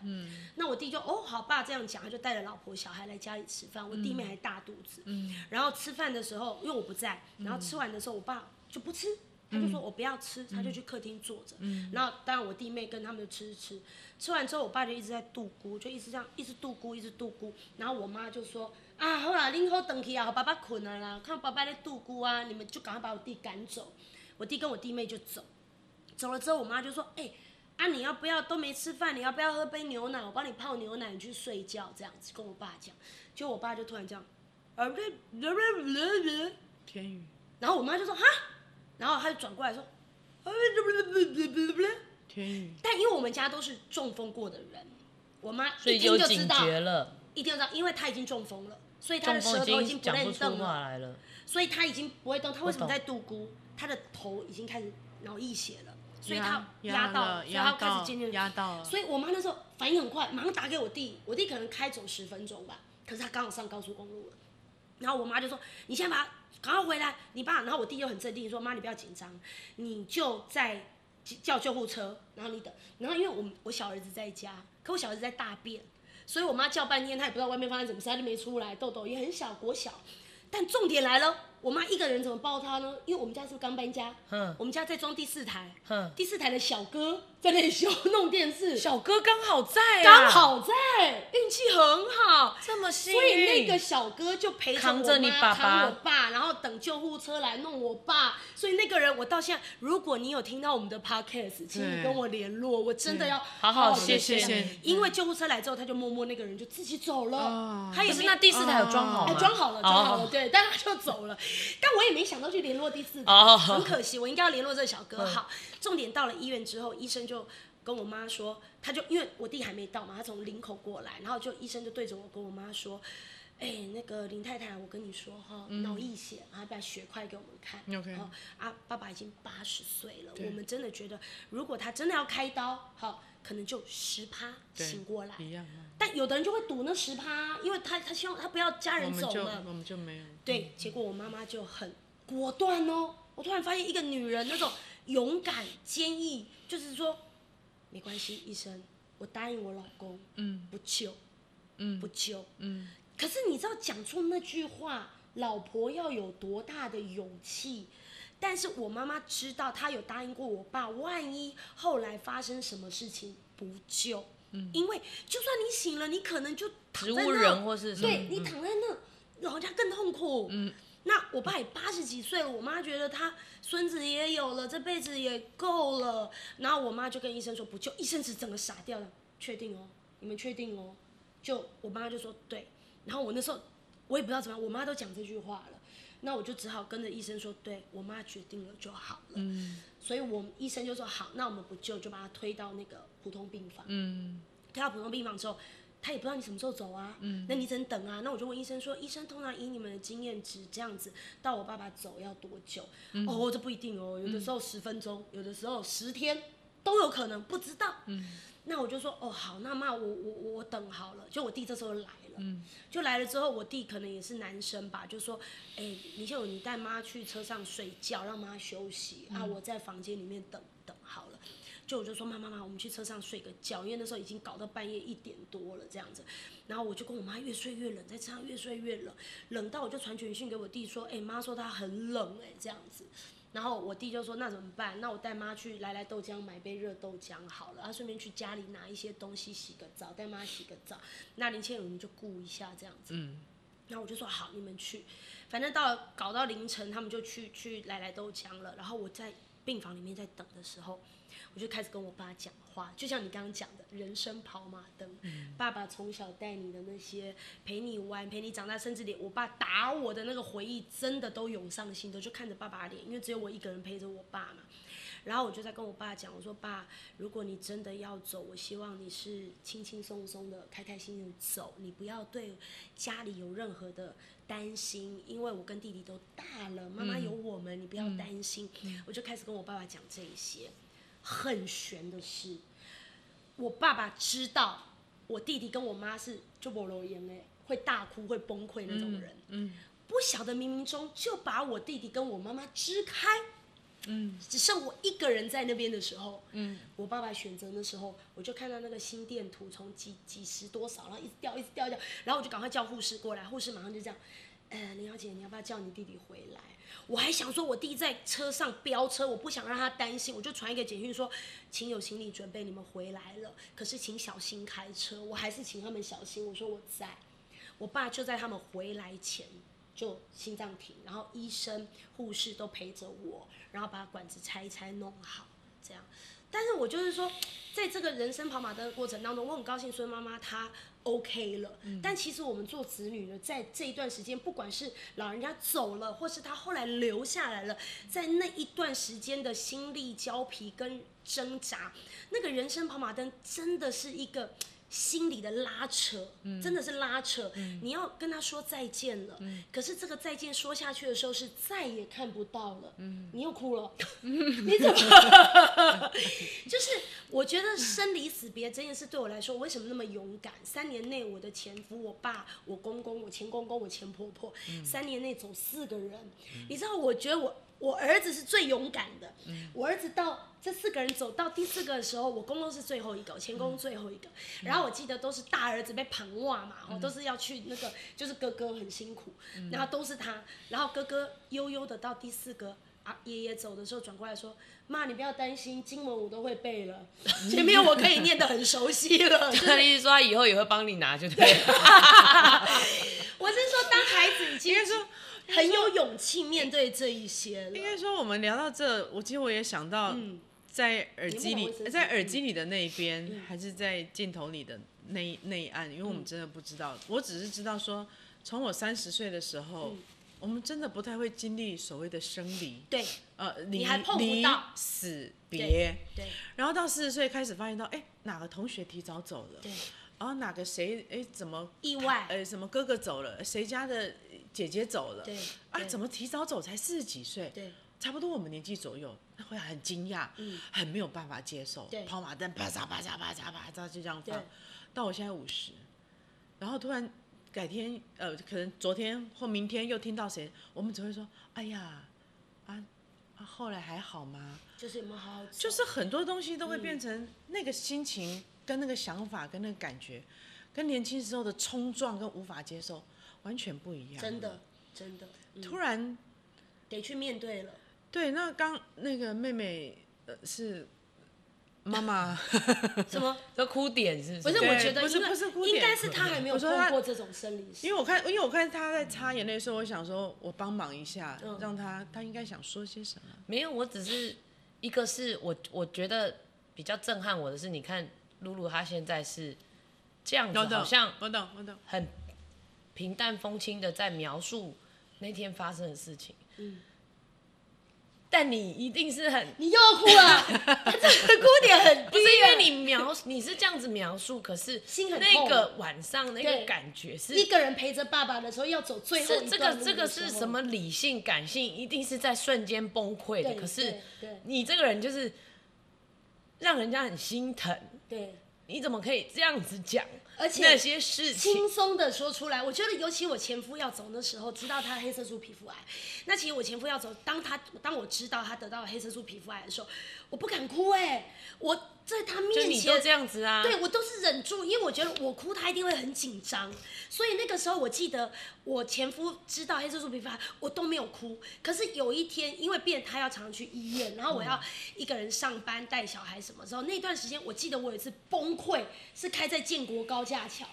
Speaker 3: 那我弟就哦好爸这样讲，他就带着老婆小孩来家里吃饭，我弟妹还大肚子，然后吃饭的时候因为我不在，然后吃完的时候我爸就不吃。他就说：“我不要吃。”他就去客厅坐着。然后，当然我弟妹跟他们就吃吃吃，吃完之后，我爸就一直在度咕，就一直这样，一直度咕，一直度咕。然后我妈就说：“啊，好啦，恁好等去啊，好爸爸困了啦，看爸爸在度咕啊，你们就赶快把我弟赶走。”我弟跟我弟妹就走。走了之后，我妈就说：“哎、啊，你要不要都没吃饭？你要不要喝杯牛奶？我帮你泡牛奶，你去睡觉。”这样子跟我爸讲，就我爸就突然这样，呃，
Speaker 2: 天宇，
Speaker 3: 然后我妈就说：“哈。”然后他就转过来说：“哎
Speaker 2: 天宇，
Speaker 3: 但因为我们家都是中风过的人，我妈
Speaker 4: 所
Speaker 3: 一
Speaker 4: 以
Speaker 3: 听
Speaker 4: 有
Speaker 3: 就知
Speaker 4: 警
Speaker 3: 道，
Speaker 4: 觉了，
Speaker 3: 一听就知道，因为她已经中风了，所以她
Speaker 4: 中
Speaker 3: 的
Speaker 4: 风
Speaker 3: 舌头
Speaker 4: 已
Speaker 3: 已经
Speaker 4: 经
Speaker 3: 不
Speaker 4: 讲不
Speaker 3: 认
Speaker 4: 出
Speaker 3: 动了
Speaker 4: 话。来了。
Speaker 3: 所以他已经不会动。他为什么
Speaker 4: 我懂
Speaker 3: 在度孤？他的头已经开始脑溢血了，所以他
Speaker 2: 压
Speaker 3: 压到
Speaker 2: 了
Speaker 3: 所以
Speaker 2: 压
Speaker 3: 他开
Speaker 2: 到
Speaker 3: 始渐渐
Speaker 2: 压到了，
Speaker 3: 所以我妈那时候反应很快，马上打给我弟，我弟可能开走十分钟吧，可是他刚好上高速公路了。然后我妈就说：“你先把他赶快回来，你爸。”然后我弟就很镇定说：“妈，你不要紧张，你就在叫救护车，然后你等。”然后因为我我小儿子在家，可我小儿子在大便，所以我妈叫半天，她也不知道外面发生什么事，她就没出来。豆豆也很小，国小。但重点来了，我妈一个人怎么抱他呢？因为我们家是不是刚搬家，
Speaker 4: 嗯
Speaker 3: 我们家在装第四台，
Speaker 4: 哼，
Speaker 3: 第四台的小哥在那里修弄电视，
Speaker 4: 小哥刚好在、啊，
Speaker 3: 刚好在运气很好，
Speaker 4: 这么幸运，
Speaker 3: 所以那个小哥就陪着我
Speaker 4: 扛着你
Speaker 3: 妈
Speaker 4: 爸
Speaker 3: 扛
Speaker 4: 爸
Speaker 3: 我爸，然后等救护车来弄我爸。所以那个人，我到现在，如果你有听到我们的 podcast，请你
Speaker 2: 对
Speaker 3: 跟我联络，我真的要
Speaker 4: 好
Speaker 3: 好
Speaker 4: 好
Speaker 3: 地
Speaker 4: 谢
Speaker 3: 谢
Speaker 4: 谢
Speaker 2: 谢
Speaker 3: 因为救护车来之后，他就默默那个人就自己走了
Speaker 2: 哦，
Speaker 3: 他也
Speaker 4: 不
Speaker 3: 没
Speaker 4: 嗯是那第四台有装好
Speaker 3: 哎，
Speaker 4: 吗？
Speaker 3: 装好了，装好了，
Speaker 4: 哦
Speaker 3: 对，但他就走了。但我也没想到去联络第四台，
Speaker 4: 哦
Speaker 3: 很可惜，我应该要联络这个小
Speaker 2: 嗯
Speaker 3: 哥。好，重点到了医院之后，医生就跟我妈说，他就因为我弟还没到嘛，他从林口过来，然后就医生就对着我跟我妈说。哎、那个林太太，我跟你说哈，脑溢血，然后把血块给我们看。
Speaker 2: 嗯 OK
Speaker 3: 哦啊，爸爸已经八十岁了，我们真的觉得，如果他真的要开刀，好，可能就十趴
Speaker 2: 对
Speaker 3: 醒过来。
Speaker 2: 一样啊，
Speaker 3: 但有的人就会赌那十趴，因为他他希望他不要家
Speaker 2: 我
Speaker 3: 人
Speaker 2: 们
Speaker 3: 走
Speaker 2: 就
Speaker 3: 了。
Speaker 2: 我们就没有，
Speaker 3: 对，结果我妈妈就很果断哦。我突然发现一个女人那种勇敢、坚毅，就是说，没关系，医生，我答应我老公，
Speaker 2: 嗯
Speaker 3: 不救，
Speaker 2: 嗯
Speaker 3: 不救。
Speaker 2: 嗯，
Speaker 3: 可是你知道讲出那句话，老婆要有多大的勇气？但是我妈妈知道，她有答应过我爸，万一后来发生什么事情不救，嗯，因为就算你醒了，你可能就躺
Speaker 4: 植
Speaker 3: 在那
Speaker 4: 物人或是什么
Speaker 3: 对你躺在那，老人家更痛苦。嗯，那我爸也八十几岁了，我妈觉得他孙子也有了，这辈子也够了。然后我妈就跟医生说不救，医生是整个傻掉了，确定哦，你们确定哦？就我妈就说对，然后我那时候我也不知道怎么样，我妈都讲这句话了，那我就只好跟着医生说，对我妈决定了就好了。嗯，所以我们医生就说好，那我们不救，就把他推到那个普通病房。
Speaker 2: 嗯，
Speaker 3: 推到普通病房之后，他也不知道你什么时候走啊，嗯，那你只能等啊。那我就问医生说，医生通常以你们的经验值这样子，到我爸爸走要多久？哦，这不一定哦，有的时候十分钟，有的时候十天都有可能，不知道。嗯，那我就说哦好，那妈我我我我等好了。就我弟这时候来了，嗯，就来了之后，我弟可能也是男生吧，就说，哎、你秀，嗯你带妈去车上睡觉，让妈休息、啊，我在房间里面等等好了。就我就说妈妈妈，我们去车上睡个觉，因为那时候已经搞到半夜一点多了这样子。然后我就跟我妈越睡越冷，在车上越睡越冷，冷到我就传简讯给我弟说，哎、妈说她很冷哎、这样子。然后我弟就说：“那怎么办？那我带妈去来来豆浆买杯热豆浆好了，啊，顺便去家里拿一些东西洗个澡，带妈洗个澡。那林倩如你就顾一下这样子。”嗯。然后我就说：“好，你们去。”反正到搞到凌晨，他们就去去来来豆浆了。然后我在病房里面在等的时候，我就开始跟我爸讲话，就像你刚刚讲的，人生跑马灯，爸爸从小带你的那些，陪你玩，陪你长大，甚至连我爸打我的那个回忆，真的都涌上心头，就看着爸爸的脸，因为只有我一个人陪着我爸嘛。然后我就在跟我爸讲，我说爸，如果你真的要走，我希望你是轻轻松松的、开开心心的走，你不要对家里有任何的担心，因为我跟弟弟都大了，妈妈有我们，你不要担心。我就开始跟我爸爸讲这一些，很悬的事。我爸爸知道我弟弟跟我妈是就不容言哎，会大哭会崩溃那种人，嗯，不晓得冥冥中就把我弟弟跟我妈妈支开，嗯，只剩我一个人在那边的时候，嗯，我爸爸选择的时候，我就看到那个心电图从几几十多少，然后一直掉一直掉一直掉，然后我就赶快叫护士过来，护士马上就这样。呃，林小姐，你要不要叫你弟弟回来？我还想说，我弟在车上飙车，我不想让他担心，我就传一个简讯说，请有行李准备，你们回来了，可是请小心开车。我还是请他们小心，我说我在。我爸就在他们回来前就心脏停，然后医生、护士都陪着我，然后把管子拆一拆弄好，这样。但是我就是说，在这个人生跑马灯的过程当中，我很高兴孙妈妈她 OK 了。但其实我们做子女的，在这一段时间，不管是老人家走了，或是他后来留下来了，在那一段时间的心力交疲跟挣扎，那个人生跑马灯真的是一个。心理的拉扯，真的是拉扯。你要跟他说再见了，可是这个再见说下去的时候是再也看不到了。你又哭了，你怎么？ [LAUGHS] 就是我觉得生离死别这件事对我来说，为什么那么勇敢？三年内，我的前夫、我爸、我公公、我前公公、我前婆婆，三年内走四个人。你知道，我觉得我我儿子是最勇敢的。我儿子到这四个人走到第四个的时候，我公公是最后一个，我前公公最后一个。然后我记得都是大儿子被盘袜嘛，哦，都是要去那个，就是哥哥很辛苦，然后都是他，然后哥哥悠悠的到第四个。啊，爷爷走的时候转过来说：“妈，你不要担心，经文我都会背了，
Speaker 2: 嗯
Speaker 3: [LAUGHS] 前面我可以念得很熟悉
Speaker 2: [LAUGHS]
Speaker 3: 了。”就是
Speaker 4: [LAUGHS] 他的意思说他以后也会帮你拿，就对了。
Speaker 3: 啊我是说，当孩子已经说很有勇气面对这一些
Speaker 2: 应
Speaker 3: 了。
Speaker 2: 该说，我们聊到这，我其实我也想到，在耳机
Speaker 3: 嗯你
Speaker 2: 里
Speaker 3: 有没有卫生，纸
Speaker 2: 在耳机里的那一边，
Speaker 3: 嗯
Speaker 2: 还是在镜头里的那一那一岸，因为我们真的不知道。我只是知道说，从我三十岁的时候，
Speaker 3: 嗯
Speaker 2: 我们真的不太会经历所谓的生离，
Speaker 3: 对
Speaker 2: 呃，离
Speaker 3: 还碰不
Speaker 2: 离
Speaker 3: 到
Speaker 2: 死
Speaker 3: 对
Speaker 2: 别。
Speaker 3: 对
Speaker 2: 然后到四十岁开始发现到，哎，哪个同学提早走了
Speaker 3: 对，，
Speaker 2: 然后哪个谁，哎，怎么
Speaker 3: 意外，
Speaker 2: 呃，什么哥哥走了，谁家的姐姐走了，
Speaker 3: 对
Speaker 2: 啊，
Speaker 3: 对
Speaker 2: 怎么提早走才四十几岁？
Speaker 3: 对，嗯
Speaker 2: 差不多我们年纪左右，那会很惊讶，很没有办法接受
Speaker 3: 对，
Speaker 2: 跑马灯啪嚓啪嚓啪嚓啪嚓就这样
Speaker 3: 对
Speaker 2: 放，到我现在五十，然后突然改天呃，可能昨天或明天又听到谁，我们只会说，哎呀，啊啊，后来还好吗？
Speaker 3: 就是有没有好好走
Speaker 2: 就是很多东西都会
Speaker 3: 嗯
Speaker 2: 变成那个心情、跟那个想法、跟那个感觉，跟年轻时候的冲撞跟无法接受完全不一样。
Speaker 3: 真的，真的、嗯
Speaker 2: 突然
Speaker 3: 得去面对了。
Speaker 2: 对，那刚那个妹妹呃是
Speaker 3: [LAUGHS]
Speaker 2: 妈妈，
Speaker 3: 什么？
Speaker 4: 这哭点是不是？
Speaker 3: 不是，
Speaker 2: 对
Speaker 3: 我觉得
Speaker 2: 不是
Speaker 3: 因为
Speaker 2: 不是哭
Speaker 3: 应
Speaker 2: 点
Speaker 3: 该是他还没有
Speaker 2: 我说他
Speaker 3: 碰过这种生离死
Speaker 2: 因为我看，因为我看她在擦眼泪的时候，我想说我帮忙一下，
Speaker 3: 嗯
Speaker 2: 让她她应该想说些什么。
Speaker 4: 没有，我只是一个是我我觉得比较震撼我的是，你看露露她现在是这样子，
Speaker 2: 我懂
Speaker 4: 好像
Speaker 2: 我懂，我懂。
Speaker 4: 很平淡风轻的在描述那天发生的事情。
Speaker 3: 嗯
Speaker 4: 但你一定是很
Speaker 3: 你又哭
Speaker 2: [LAUGHS]
Speaker 3: 了，这个哭点很
Speaker 4: 不
Speaker 3: 低
Speaker 4: 是因
Speaker 3: 耶。
Speaker 4: 为你描你是这样子描述，可是
Speaker 3: 心很痛
Speaker 4: 那个晚上那
Speaker 3: 对
Speaker 4: 个感觉是
Speaker 3: 一个人陪着爸爸的时候，要走最后
Speaker 4: 是
Speaker 3: 一
Speaker 4: 这
Speaker 3: 段
Speaker 4: 个
Speaker 3: 路的
Speaker 4: 这个
Speaker 3: 时
Speaker 4: 是
Speaker 3: 候
Speaker 4: 什？么理性感性，一定是在瞬间崩溃的。
Speaker 3: 对
Speaker 4: 可是
Speaker 3: 对对
Speaker 4: 你这个人就是让人家很心疼，
Speaker 3: 对
Speaker 4: 你怎么可以这样子讲？
Speaker 3: 而且
Speaker 4: 那些事情
Speaker 3: 轻，松的说出来。我觉得，尤其我前夫要走那时候，知道他黑色素皮肤癌，那其实我前夫要走，当他当我知道他得到了黑色素皮肤癌的时候，我不敢哭哎、我在他
Speaker 4: 就
Speaker 3: 面
Speaker 4: 你
Speaker 3: 前
Speaker 4: 都这样子啊，
Speaker 3: 对我都是忍住，因为我觉得我哭他一定会很紧张，所以那个时候我记得我前夫知道黑色素皮肤癌，我都没有哭。可是有一天，因为变他要常常去医院，然后
Speaker 4: 嗯
Speaker 3: 我要一个人上班带小孩什么时候，那段时间我记得我有一次崩溃，是开在建国高架桥，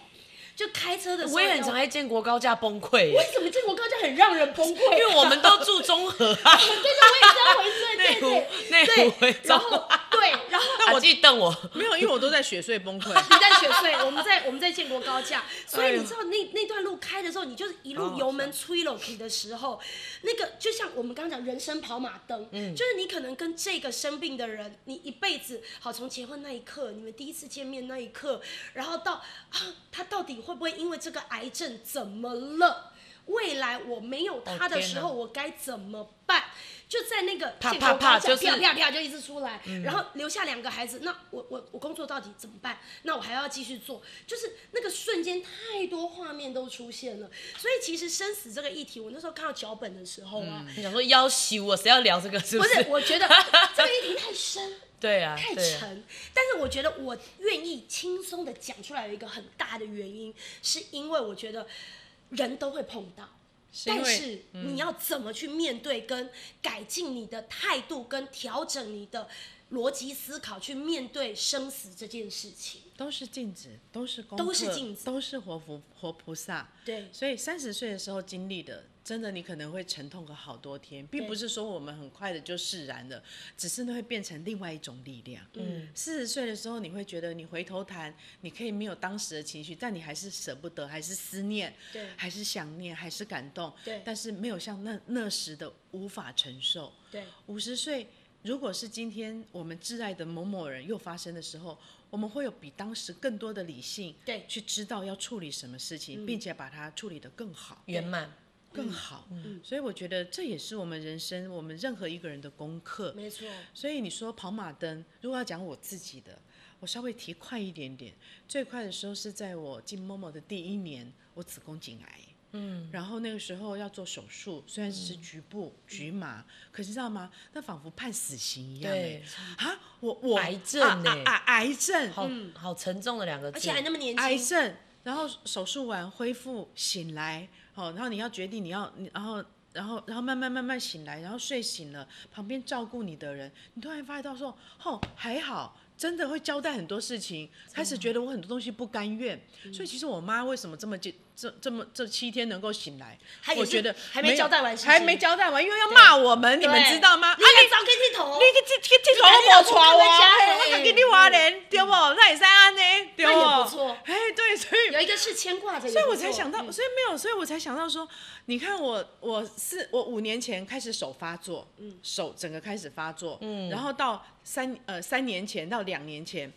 Speaker 3: 就开车的时候，
Speaker 4: 我也很常在建国高架崩溃耶，
Speaker 3: 为什么建国高架很让人崩溃啊、
Speaker 4: [LAUGHS] 因为我们都住中和
Speaker 3: [LAUGHS]
Speaker 4: 啊，
Speaker 3: 对对，我也这样
Speaker 4: 内湖内
Speaker 3: 回事，对
Speaker 4: 湖
Speaker 3: 对对，
Speaker 4: 回中
Speaker 3: 然，后对，然后
Speaker 4: 那我去瞪啊我，
Speaker 2: 没有，因为我都在雪隧崩溃。
Speaker 3: [LAUGHS] 你在雪隧，我们在我们在建国高
Speaker 4: 哎
Speaker 3: 架，所以你知道那那段路开的时候，你就是一路油门吹了皮的时候，那个就像我们刚刚讲人生跑马灯，
Speaker 4: 嗯
Speaker 3: 就是你可能跟这个生病的人，你一辈子好从结婚那一刻，你们第一次见面那一刻，然后到啊，他到底会不会因为这个癌症怎么了？未来我没有他的时候，
Speaker 4: 哦天
Speaker 3: 我该怎么办？就在那个
Speaker 4: 啪
Speaker 3: 建国
Speaker 4: 啪
Speaker 3: 高
Speaker 4: 啪
Speaker 3: 架
Speaker 4: 就是嗯
Speaker 3: 啪啪啪就一直出来，然后留下两个孩子，那我我我工作到底怎么办？那我还要继续做，就是那个瞬间太多画面都出现了，所以其实生死这个议题，我那时候看到脚本的时候啊，
Speaker 4: 你想说要挟我，谁要聊这个是
Speaker 3: 不
Speaker 4: 是？
Speaker 3: 是，我觉得这个议题太深。
Speaker 4: 对啊，
Speaker 3: 太
Speaker 4: 对啊，
Speaker 3: 沉，但是我觉得我愿意轻松的讲出来，有一个很大的原因，是因为我觉得人都会碰到，
Speaker 2: 因
Speaker 3: 但
Speaker 2: 为嗯
Speaker 3: 是你要怎么去面对，跟改进你的态度，跟调整你的逻辑思考，去面对生死这件事情。
Speaker 2: 都是镜子，都是功课，
Speaker 3: 都是镜子
Speaker 2: 都是活菩活菩萨。
Speaker 3: 对
Speaker 2: 所以三十岁的时候经历的，真的你可能会沉痛个好多天，并不是说我们很快的就释然了，只是会变成另外一种力量。嗯，四十岁的时候，你会觉得你回头谈，你可以没有当时的情绪，但你还是舍不得，还是思念，
Speaker 3: 对
Speaker 2: 还是想念，还是感动，
Speaker 3: 对
Speaker 2: 但是没有像那那时的无法承受。
Speaker 3: 对，
Speaker 2: 五十岁，如果是今天我们挚爱的某某人又发生的时候，我们会有比当时更多的理性，
Speaker 3: 对
Speaker 2: 去知道要处理什么事
Speaker 4: 嗯
Speaker 2: 情，并且把它处理得更好，
Speaker 4: 圆满。
Speaker 2: 更好。
Speaker 4: 嗯
Speaker 2: 所以我觉得这也是我们人生，我们任何一个人的功课。
Speaker 3: 没错，
Speaker 2: 所以你说跑马灯，如果要讲我自己的，我稍微提快一点点。最快的时候是在我进 MOMO 的第一年，我子宫颈癌。嗯，然后那个时候要做手术，虽然只
Speaker 4: 嗯
Speaker 2: 是局部、局麻，可是知道吗？那仿佛判死刑一样哎
Speaker 4: 对、
Speaker 2: 啊！我我
Speaker 4: 癌症
Speaker 2: 啊啊
Speaker 4: 欸
Speaker 2: 啊癌症，
Speaker 4: 好好沉重的两个字，
Speaker 3: 而且还那么年
Speaker 2: 癌
Speaker 3: 轻，
Speaker 2: 症，然后手术完恢复醒来，哦，然后你要决定你要，你然后然后然后慢慢慢慢醒来，然后睡醒了，旁边照顾你的人，你突然发现到说，哦，还好。真的会交代很多事情，开始觉得我很多东西不甘愿，
Speaker 3: 嗯
Speaker 2: 所以其实我妈为什么这么这这这么这七天能够醒来
Speaker 3: 她，也
Speaker 2: 我
Speaker 3: 是
Speaker 2: 觉得
Speaker 3: 还没
Speaker 2: 有
Speaker 3: 交代完事情
Speaker 2: 还没交代完，因为要骂我们，你们知道吗？啊，
Speaker 3: 你很早给剃头，
Speaker 2: 你去去去
Speaker 3: 哎
Speaker 2: 头无娶我，啊嘿我肯定你花莲，对不？那也是安尼，对不？
Speaker 3: 嗯那也不错
Speaker 2: 哎，对，所以
Speaker 3: 有一个是牵挂着，
Speaker 2: 所以
Speaker 3: 也不
Speaker 2: 我才
Speaker 3: 错
Speaker 2: 想到，
Speaker 3: 嗯
Speaker 2: 所以没有，所以我才想到说，你看我，我是我五年前开始手发作，
Speaker 3: 嗯
Speaker 2: 手整个开始发作，然后到三呃三年前到两年前，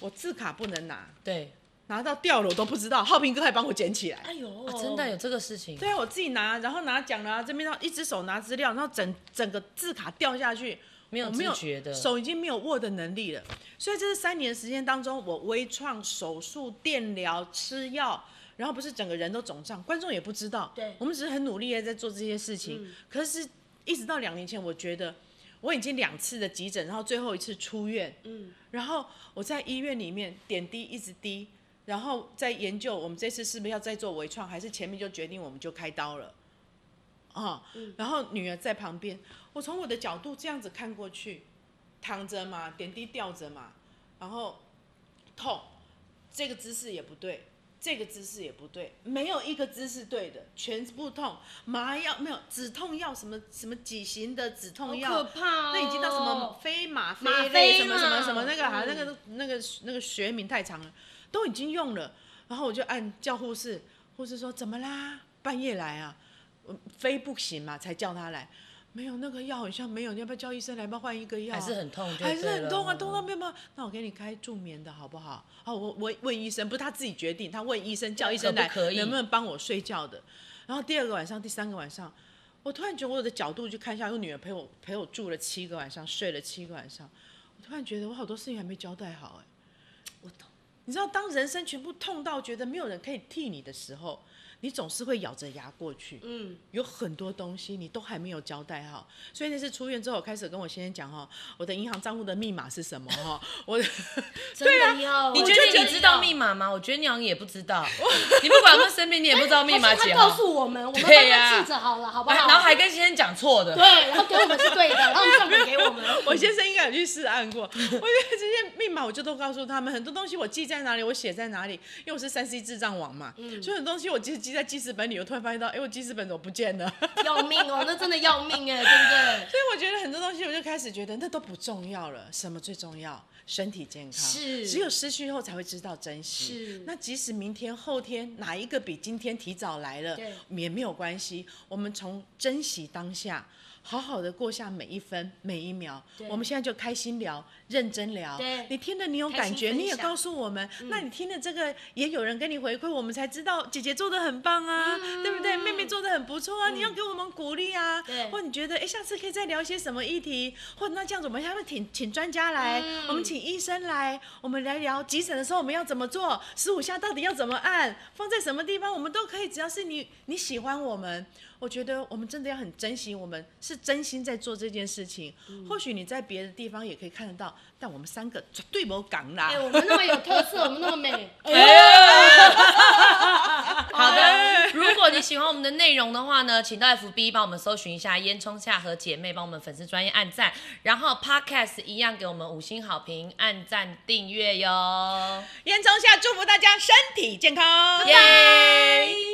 Speaker 2: 我字卡不能拿，
Speaker 4: 对、
Speaker 2: 拿到掉了我都不知道，浩平哥还帮我捡起来。
Speaker 3: 哎呦，
Speaker 4: 啊，真的有这个事情，
Speaker 2: 对啊，我自己拿，然后拿奖啊，这边要一只手拿资料，然后整整个字卡掉下去，
Speaker 4: 没有
Speaker 2: 我没有
Speaker 4: 自觉的
Speaker 2: 手已经没有握的能力了。所以这是三年的时间当中，我微创手术、电疗、吃药，然后不是整个人都肿胀，观众也不知道。
Speaker 3: 对
Speaker 2: 我们只是很努力的在做这些事情，
Speaker 4: 嗯
Speaker 2: 可是一直到两年前，我觉得我已经两次的急诊，然后最后一次出院，嗯，然后我在医院里面点滴一直滴，然后在研究我们这次是不是要再做微创，还是前面就决定我们就开刀了，啊、
Speaker 3: 嗯
Speaker 2: 然后女儿在旁边，我从我的角度这样子看过去，躺着嘛，点滴吊着嘛，然后痛，这个姿势也不对，这个姿势也不对，没有一个姿势对的，全部痛，麻药没有，止痛药什么什么几型的止痛药，
Speaker 3: 好可怕哦
Speaker 2: 那已经到什么非吗啡
Speaker 3: 吗啡
Speaker 2: 类什么什么什么
Speaker 3: 啦
Speaker 2: 那个还、
Speaker 3: 嗯
Speaker 2: 那个那个那个学名太长了，都已经用了，然后我就按叫护士，护士说怎么啦，半夜来啊，我非不行嘛，才叫他来。没有那个药好像没有，你要不要叫医生来？要不要换一个药啊？
Speaker 4: 还是很痛就
Speaker 2: 还是
Speaker 4: 对嗯
Speaker 2: 很
Speaker 4: 了
Speaker 2: 痛啊，痛到没有办法。那我给你开助眠的好不好？哦，我我问医生，不是他自己决定，他问医生叫医生来
Speaker 4: 可不可以
Speaker 2: 能不能帮我睡觉的。然后第二个晚上，第三个晚上，我突然觉得我的角度去看一下，我女儿陪我陪我住了七个晚上，睡了七个晚上，我突然觉得我好多事情还没交代好哎、
Speaker 3: 我懂，
Speaker 2: 你知道，当人生全部痛到觉得没有人可以替你的时候，你总是会咬着牙过去。
Speaker 3: 嗯，
Speaker 2: 有很多东西你都还没有交代好，所以那次出院之后，我开始跟我先生讲哦，我的银行账户的密码是什么哦，我的 [LAUGHS]
Speaker 3: 真的要，
Speaker 4: 啊
Speaker 3: 啊
Speaker 4: 你
Speaker 3: 我
Speaker 4: 觉
Speaker 3: 就
Speaker 4: 得你知道密码吗？我觉得你好像也不知道，你不管问身边，你也不知道密码
Speaker 3: 还是
Speaker 4: 几
Speaker 3: 哎他告
Speaker 4: 号，
Speaker 3: 诉我们，我们帮
Speaker 4: 对呀
Speaker 3: 他记着好了，好不好？
Speaker 4: 然后还跟先生讲错的，
Speaker 3: 对，然后给我们是对的，然后账本给我 [LAUGHS] 们。
Speaker 2: 我先生应该有去试按过，我觉得这些密码我就都告诉他们，很多东西我记在哪里，我写在哪里，因为我是三 C 智障网嘛，所以很多东西我其实记在记事本里，我突然发现到，哎，我记事本怎么不见了？
Speaker 3: 要命哦，那真的要命哎，对不对？
Speaker 2: 所以我觉得很多东西，我就开始觉得那都不重要了，什么最重要？身体健康
Speaker 3: 是
Speaker 2: 只有失去后才会知道珍惜。
Speaker 3: 是
Speaker 2: 那即使明天、后天哪一个比今天提早来了
Speaker 3: 对，
Speaker 2: 也没有关系。我们从珍惜当下，好好的过下每一分每一秒
Speaker 3: 对。
Speaker 2: 我们现在就开心聊，认真聊
Speaker 3: 对。
Speaker 2: 你听了你有感觉，
Speaker 3: 开心分享嗯
Speaker 2: 你也告诉我们。那你听了这个，也有人跟你回馈，我们才知道姐姐做的很棒啊，
Speaker 3: 嗯
Speaker 2: 对不对？妹妹做的很不错啊，你要给我们鼓励啊。
Speaker 3: 对
Speaker 2: 或你觉得哎，诶下次可以再聊一些什么议题？或那这样子，我们还会请请专家来，
Speaker 3: 嗯
Speaker 2: 我们请医生来，我们来聊急诊的时候我们要怎么做，十五下到底要怎么按，放在什么地方，我们都可以，只要是你你喜欢我们，我觉得我们真的要很珍惜，我们是真心在做这件事情。
Speaker 3: 嗯
Speaker 2: 或许你在别的地方也可以看得到，但我们三个绝对没有港啦
Speaker 3: 哎，。我们那么有特色，我们那么美，
Speaker 4: 好的，如果你喜欢我们的内容的话呢，请到 FB 帮我们搜寻一下“烟囱下和姐妹”，帮我们粉丝专业按赞，然后 Podcast 一样给我们五星好评、按赞、订阅哟，
Speaker 2: 烟囱下祝福大家身体健康。
Speaker 4: 耶！